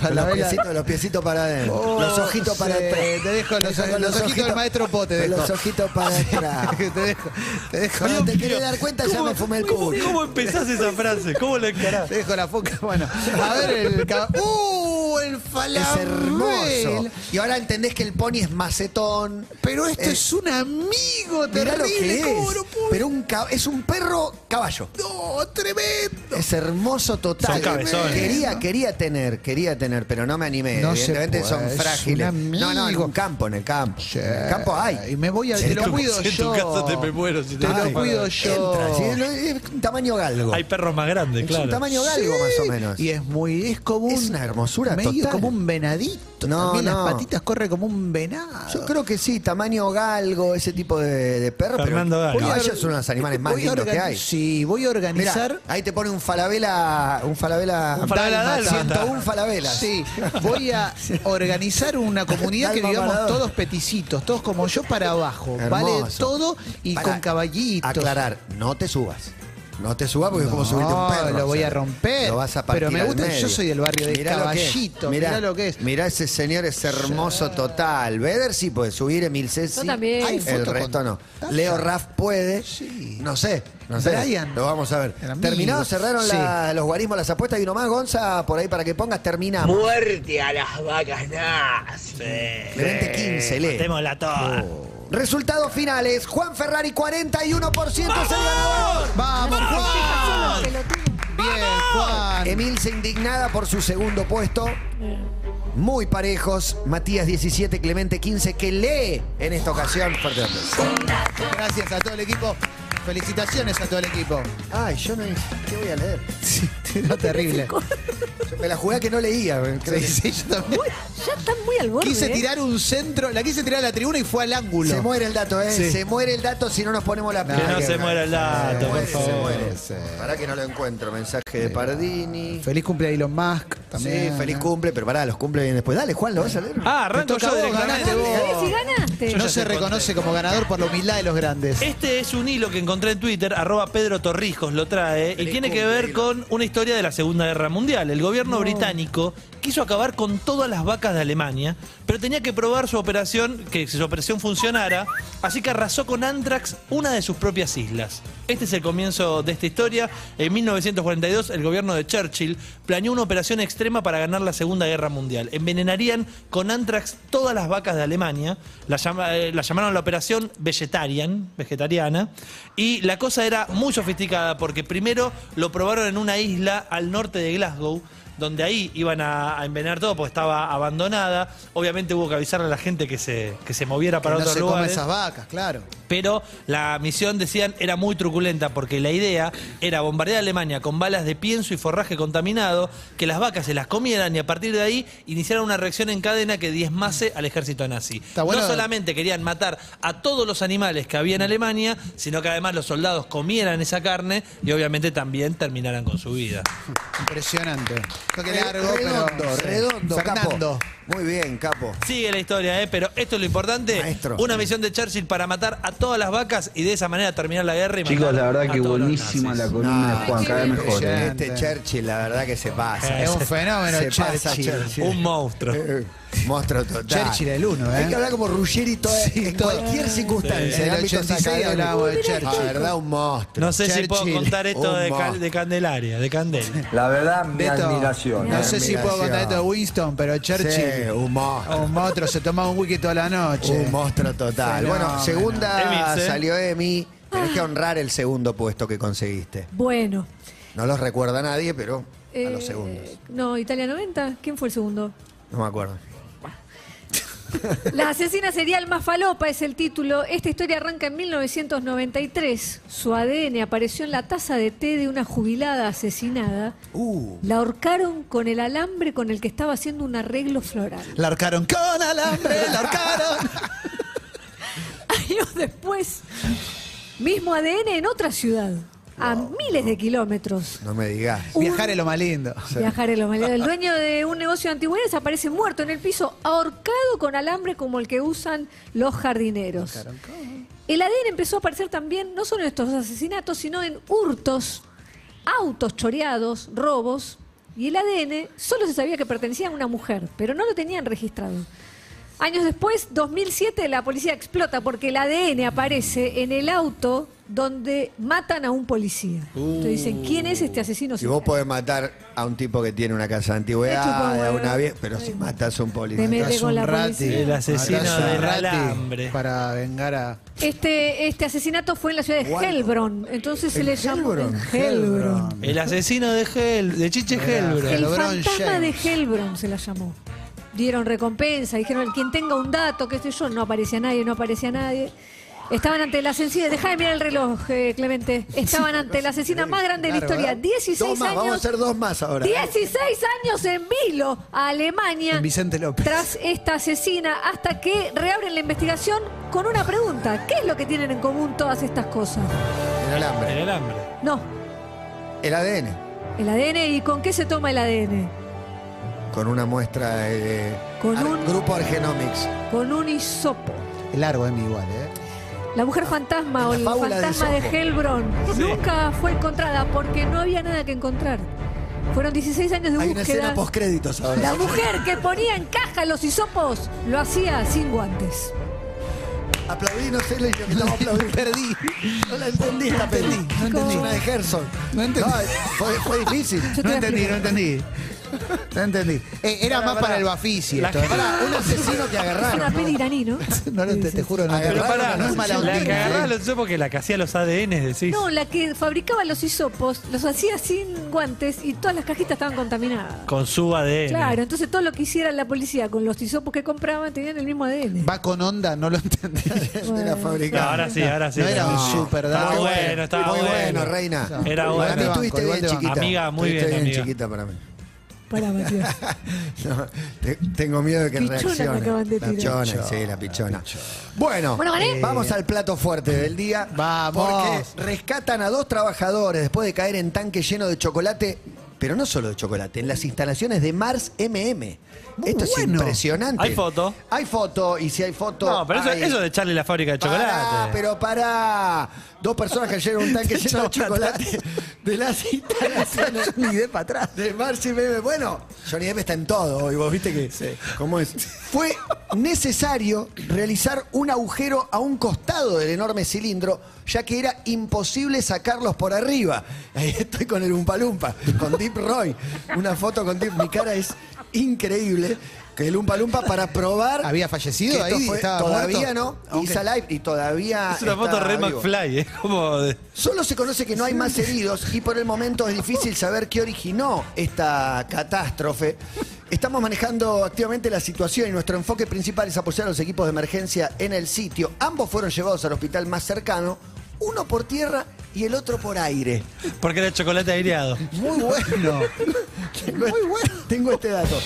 Con los Falabella- piecitos, los piecitos para adentro. Oh, los ojitos para sí. atrás. Te dejo los- Con los ojitos del maestro Po, te con dejo. Los ojitos para atrás. te dejo, te dejo, Cuando te te querés dar cuenta, ya me fumé el culo. ¿Cómo empezás esa frase? ¿Cómo la encarás? dejo la foca. Bueno, a ver el cab- ¡Uh! El Es falabella. hermoso. Y ahora entendés que el pony es macetón. Pero esto Eh, es un amigo Mirá lo terrible. que es. ¿cómo no puedo- Pero un cab- es un perro caballo. No, tremendo. Es hermoso total. Son cabezones. Quería, quería tener, quería tener, pero no me animé. No se Evidentemente puede, son es un frágiles. No, no, en amigo. un campo, en el campo. En el campo hay. Y me voy a. Te lo cuido Si en yo. tu casa te me muero. Si Te no lo sí. cuido yo. Entra, sí, lo- es un tamaño galgo. Hay perros más grandes, Es un claro. tamaño galgo, más o menos. Y es muy, es como un. Es una hermosura medio total. como un venadito. No, También no. las patitas corre como un venado. Yo creo que sí, tamaño galgo, ese tipo de, de perro. Fernando pero Galgo. los Voy a gallos Ah, son los animales más Voy a lindos que organi- hay. Sí, voy a Mirá, organizar. ahí te pone un falabela, un falabela, Un falabela dálmata. 101 falabelas. Sí, voy a organizar una comunidad que Dalma vivamos Maradona. todos peticitos, todos como yo para abajo. Hermoso. Vale todo y Pará, con caballitos. Aclarar, no te subas. No te subas porque es como subirte un perro. lo o voy sea, a romper. Lo vas a partir Pero me al gusta, medio. yo soy del barrio de Mirá lo que es, Caballito, mirá lo que es. Mirá ese señor, es hermoso total. Veder sí puede subir, Emil Ceci. Yo también. Hay El foto con resto no. Tata. Leo Raf puede. Sí. No sé, no sé. Brian. Lo vamos a ver. El amigo. Terminados, cerraron Sí. la- los guarismos, las apuestas. Y uno más, Gonza, por ahí para que pongas, terminamos. Muerte a las vacas nazis. Clemente 15, lee. Matémosla toda. Resultados finales. Juan Ferrari 41% es el ganador. ¡Vamos, Juan! Solo pelotudo. Bien, Juan. Emilce indignada por su segundo puesto. Muy parejos. Matías 17, Clemente 15, que lee en esta ocasión. Fuerte aplauso. Gracias a todo el equipo. Felicitaciones a todo el equipo. Ay, yo no. ¿Qué voy a leer? No, terrible. Yo Me la jugué a que no leía. Sí, sí, yo también. Ya están muy al borde. Quise ¿eh? tirar un centro, la quise tirar a la tribuna y fue al ángulo. Se muere el dato, ¿eh? Sí. Se muere el dato si no nos ponemos la Que no se Oh, muera el dato, por Se favor. muere. Pará que no lo encuentro. Mensaje de Pardini. Feliz cumpleaños Elon Musk también. ¿eh? Sí, feliz cumple, pero pará, los cumple bien después. Dale, Juan, ¿lo vas a leer? Ah, arranco Te toca yo a vos, directamente. ganate vos. Javi, si ganaste. No se reconoce como ganador por la humildad de los grandes. Este es un hilo que encontré en Twitter, arroba Pedro Torrijos lo trae, y tiene que ver con una historia de la Segunda Guerra Mundial. El gobierno británico quiso acabar con todas las vacas de Alemania, pero tenía que probar su operación, que su operación funcionara, así que arrasó con Antrax una de sus propias islas. Este es el comienzo de esta historia. En 1942, el gobierno de Churchill planeó una operación extrema para ganar la Segunda Guerra Mundial. Envenenarían con Antrax todas las vacas de Alemania. La, llama- eh, la llamaron la operación Vegetarian, vegetariana. Y la cosa era muy sofisticada porque primero lo probaron en una isla al norte de Glasgow donde ahí iban a, a envenenar todo porque estaba abandonada. Obviamente hubo que avisarle a la gente que se, que se moviera para Que no otros se coma lugares esas vacas, claro. pero la misión, decían, era muy truculenta porque la idea era bombardear a Alemania con balas de pienso y forraje contaminado, que las vacas se las comieran y a partir de ahí iniciaran una reacción en cadena que diezmase al ejército nazi. bueno. No solamente querían matar a todos los animales que había en Alemania, sino que además los soldados comieran esa carne y obviamente también terminaran con su vida. Impresionante. Toque largo, pero- Eh, redondo, redondo, Fernando. capo. Muy bien, capo. Sigue la historia, ¿eh? pero esto es lo importante. Maestro. Una misión de Churchill para matar a todas las vacas y de esa manera terminar la guerra y Chicos, matar la a verdad que todos los buenísima nazis. la columna Ah, de Ah, Juan, cada vez mejor. ¿eh? Este Churchill, la verdad que se pasa. Es un fenómeno, se pasa Churchill. Churchill. Un monstruo. Eh, monstruo total. Churchill el uno, ¿eh? Hay que hablar como Ruggeri toda- en cualquier circunstancia. Sí. En En el ámbito 86 sacadero. hablábamos de La Churchill. verdad, un monstruo. No sé si puedo Churchill, Oh, contar esto un de, Cal- monstruo. de Candelaria, de Candela. La verdad, mi Beto, admiración. No ¿eh? sé si admiración. puedo contar esto de Winston, pero Churchill. Sí, un monstruo. Un monstruo, se tomaba un wiki toda la noche. Un monstruo total. Bueno, Fenómeno. segunda Emils, ¿eh? salió Emi. Tenés que honrar el segundo puesto que conseguiste. Bueno. No los recuerda nadie, pero a los eh, segundos. No, Italia 90. ¿Quién fue el segundo? No me acuerdo. La asesina serial más falopa es el título. Esta historia arranca en 1993. Su ADN apareció en la taza de té de una jubilada asesinada. Uh. La ahorcaron con el alambre con el que estaba haciendo un arreglo floral. La arcaron con alambre, la arcaron. Años después, mismo ADN en otra ciudad, a miles de kilómetros. No me digas. Viajar es lo más lindo. Viajar en los maleros. El dueño de un negocio de antigüedades aparece muerto en el piso, ahorcado con alambre como el que usan los jardineros. El ADN empezó a aparecer también, no solo en estos asesinatos, sino en hurtos, autos choreados, robos. Y el ADN solo se sabía que pertenecía a una mujer, pero no lo tenían registrado. Años después, 2007, la policía explota porque el ADN aparece en el auto donde matan a un policía. Entonces dicen, ¿quién es este asesino? Si vos serial? podés matar a un tipo que tiene una casa de Te chupa un antigüedad, a huevo. una vieja, pero si matas a un policía. Te mete Matás con un la rati. policía. El asesino Matás a del rati alambre. Para vengar a. Este, este asesinato fue en la ciudad de Guardo. Helbron, entonces se ¿En le llamó Helbron? en Helbron. El asesino de Hel, de Chiche Helbron. El Helbron fantasma James. de Helbron se la llamó. Dieron recompensa, dijeron quien tenga un dato, qué sé yo, no aparecía nadie, no aparecía nadie. Estaban ante la asesina, deja de mirar el reloj, eh, Clemente. Estaban ante la asesina más grande de la Claro, historia, ¿verdad? 16 Dos más, vamos a años. hacer dos más ahora. 16 años en vilo a Alemania. En Vicente López. Tras esta asesina, hasta que reabren la investigación con una pregunta. ¿Qué es lo que tienen en común todas estas cosas? El alambre. El alambre. No, El ADN. el ADN y con qué se toma el ADN. Con una muestra de. de- Con Ar- un- Grupo Argenomics. Con un hisopo. Largo, Emi, igual, ¿eh? La mujer fantasma o el La fábula de fantasma de, Sopo. Helbron nunca fue encontrada porque no había nada que encontrar. Fueron 16 años de Hay una búsqueda. escena postcréditos ahora. La mujer que ponía en caja los hisopos lo hacía sin guantes. Aplaudí, no sé, le dije que estaba aplaudiendo. Perdí. No la entendí esta peli. No entendí. Es una de Gerson. No entendí. fue, fue difícil. No Yo te voy a entendí, no explicar. entendí. No entendí. Eh, era Pará, más pará. para el Bafici La esto. gente- Pará, un asesino que Es agarraron. una peli iraní, ¿no? No, no, te, te juro, no Pero pará, no es mala la que ondina, agarrás eh. lo sé porque la que hacía los ADN, decís. No, la que fabricaba los hisopos, los hacía sin guantes y todas las cajitas estaban contaminadas. Con su ADN. Claro, entonces todo lo que hiciera la policía con los hisopos que compraban tenían el mismo ADN. Va con onda, no lo entendí. Era fabricante. No, ahora sí, ahora sí. No era un super dato. Estaba bueno, estaba Muy bueno, bueno. reina. Era para bueno. mí estuviste bien chiquita. Amiga, muy bien, Estuviste bien, amiga. chiquita para mí. Para Matías. No, te- tengo miedo de que Pichona me reaccione. acaban de la tirar. pichona, sí, la pichona. Bueno, Bueno, gané. eh, vamos al plato fuerte del día. Vamos. Porque rescatan a dos trabajadores después de caer en tanque lleno de chocolate, pero no solo de chocolate, en las instalaciones de Mars MM. Esto es bueno. impresionante. Hay foto. Hay foto, y si hay foto. No, pero eso, hay- eso de echarle la fábrica de chocolate. Pará, pero pará. Dos personas que cayeron en un tanque lleno de chocolate de las instalaciones Ni de para atrás. de Marcy Bebe. Bueno, Johnny Depp está en todo hoy, vos viste que... ¿Cómo es? Fue necesario realizar un agujero a un costado del enorme cilindro, ya que era imposible sacarlos por arriba. Ahí estoy con el Umpalumpa, con Deep Roy. Una foto con Deep, mi cara es increíble. Que el Umpalumpa para probar... ¿Había fallecido que ahí? esto fue- ¿Estaba todavía muerto? no. Aunque- Isa Live y todavía. Ah, es una foto está re vivo. McFly, ¿eh? Como de- Solo se conoce que no hay más heridos y por el momento es difícil saber qué originó esta catástrofe. Estamos manejando activamente la situación y nuestro enfoque principal es apoyar a los equipos de emergencia en el sitio. Ambos fueron llevados al hospital más cercano, uno por tierra y el otro por aire. porque era chocolate aireado. Muy bueno. Tengo, tengo este dato.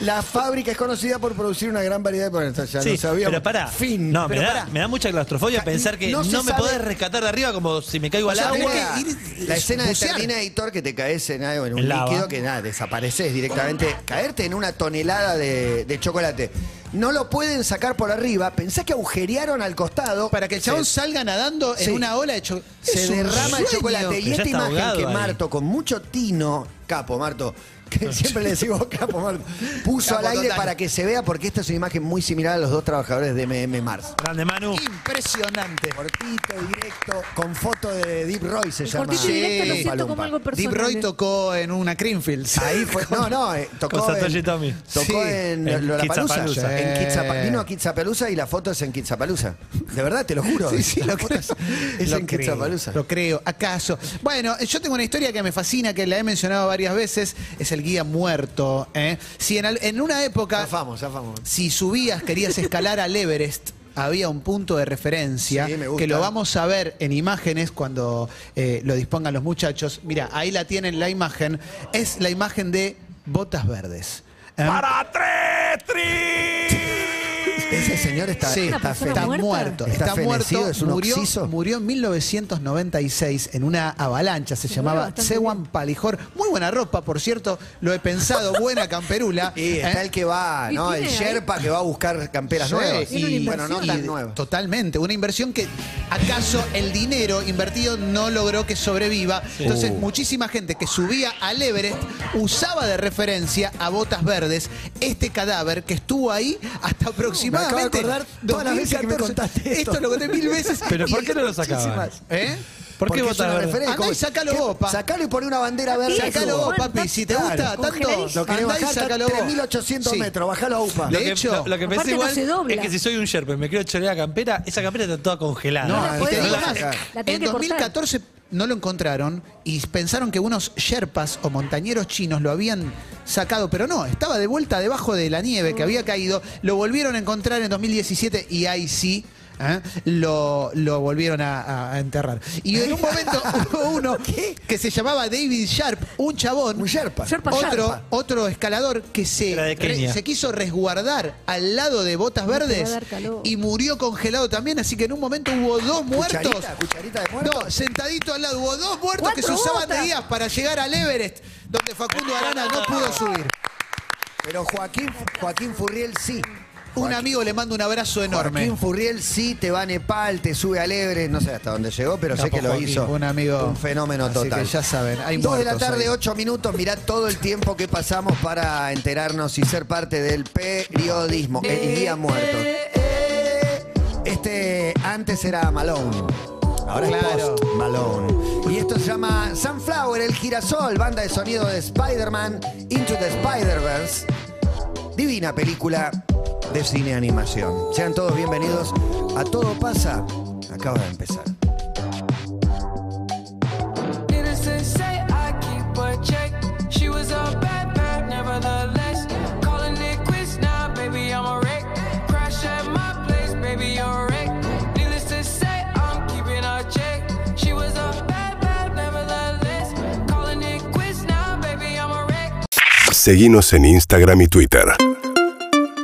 La fábrica es conocida por producir una gran variedad de productos. Ya Sí, lo sabíamos. pero pará. Fin. No, Pero me, da, pará. me da mucha claustrofobia pensar que no no, se me sabe- podés rescatar de arriba como si me caigo O al sea, agua. tenés que ir- la escena de bucear. Terminator que te caes en, algo, en un En lava. líquido que nada, desapareces directamente. Caerte en una tonelada de, de chocolate. No lo pueden sacar por arriba. Pensá que agujerearon al costado. Para que el chabón se, salga nadando Sí. en una ola de chocolate. se derrama el chocolate. Y Pero ya esta está imagen ahogado que ahí. Marto, con mucho tino, capo, Marto. Que siempre le decimos capo, Marto. Puso Capo al aire total. para que se vea, porque esta es una imagen muy similar a los dos trabajadores de MM Mars. Grande Manu. Impresionante. Cortito, directo, con foto de Deep Roy se El llama. cortito y directo lo siento como Palumpa. algo Deep personal. Roy tocó en una Creamfields. Ahí fue. No, no, eh, Con tocó. Satoshi en, Tomi. Tocó Sí, en, Eh. en Lollapalooza. Kidzapalooza. En Sí. Kidzapa- Vino a Kitzapalooza y la foto es en Kitzapalooza. De verdad, te lo juro. Sí, sí, La lo foto creo. Es, es Lo en creo, Kitzapalooza. Lo creo, acaso. Bueno, yo tengo una historia que me fascina, que la he mencionado varias veces, es el guía muerto. ¿eh? Si en, al- en una época, Zafamos, zafamos. si subías, querías escalar al Everest, había un punto de referencia Sí, me gusta. que lo vamos a ver en imágenes cuando eh, lo dispongan los muchachos. Mira, ahí la tienen la imagen. Es la imagen de botas verdes. ¿eh? Ese señor está, Sí, está está, persona feliz. muerta. muerto. Está Está, fenecido, muerto. es un murió, oxiso. murió en 1996 en una avalancha. Se llamaba bastante Sewan Palijor. Muy buena ropa, por cierto. Lo he pensado. Buena camperula. Y está ¿eh? el que va, Y ¿no? El tiene ahí- Sherpa que va a buscar camperas Sí, nuevas. y- Y, bueno, no y tan de- nuevas. Totalmente. Una inversión que acaso el dinero invertido no logró que sobreviva. Uh. Entonces, muchísima gente que subía al Everest usaba de referencia a botas verdes este cadáver que estuvo ahí Uh, hasta aproximadamente. Me acabo de acordar todas las veces que me 2014. contaste esto. lo conté mil veces. Pero y- ¿por qué no lo sacaban? muchísimas. ¿Eh? ¿Por qué Porque es una votar? referencia. Andá Como- y sacalo vos, pa. Sacalo y poné una bandera verde. Sacalo Sácalo Eso. vos, papi. Si te gusta Claro. tanto, Congeladísimo. Lo querés andá y bajar, sácalo vos. 3.800 Sí. metros. Bajalo a UPA. Lo De que, hecho- lo, lo que Aparte pensé no igual se dobla. es que si soy un Sherpa y me quiero chorear la campera, esa campera está toda congelada. No, la y podés te digo bajar. más, La tenés en que cortar. 2014 no lo encontraron y pensaron que unos sherpas o montañeros chinos lo habían sacado, pero no, estaba de vuelta debajo de la nieve que había caído. Lo volvieron a encontrar en 2017 y ahí sí. ¿eh? Lo, lo volvieron a, a enterrar. Y en un momento hubo uno que se llamaba David Sharp, un chabón. Un sherpa. Sherpa, otro, sherpa. otro escalador que se, Era de Kenia. se quiso resguardar al lado de Botas te va a Verdes dar calor. y murió congelado también. Así que en un momento hubo dos muertos. Cucharita, cucharita de muerto. No, sentadito al lado. Hubo dos muertos que Cuatro se usaban de botas. guías para llegar al Everest, donde Facundo Arana no pudo subir. Pero Joaquín, Joaquín Furriel sí. Un amigo le manda un abrazo enorme. Joaquín Furriel sí te va a Nepal, te sube al Everest, no sé hasta dónde llegó, pero sé Capo que lo pues Joaquín, hizo. un amigo. Un fenómeno Así total. que ya saben, hay Dos de la muertos tarde, ahí. ocho minutos. Mirá todo el tiempo que pasamos para enterarnos y ser parte del periodismo. El día muerto. Este antes era Malone. Ahora es Post Malone. Y esto se llama Sunflower, el girasol, banda de sonido de Spider-Man Into the Spider-Verse. Divina película de cine animación. Sean todos bienvenidos a Todo pasa. Acaba de empezar. Innocent say I keep a check. She was a bad bad, nevertheless. Calling it quits now, baby, I'm a wreck. Crash at my place, baby, you're a wreck. Needless to say, I'm keeping a check. She was a bad bad, nevertheless. Calling it quits now, baby, I'm a wreck. Seguinos en Instagram y Twitter.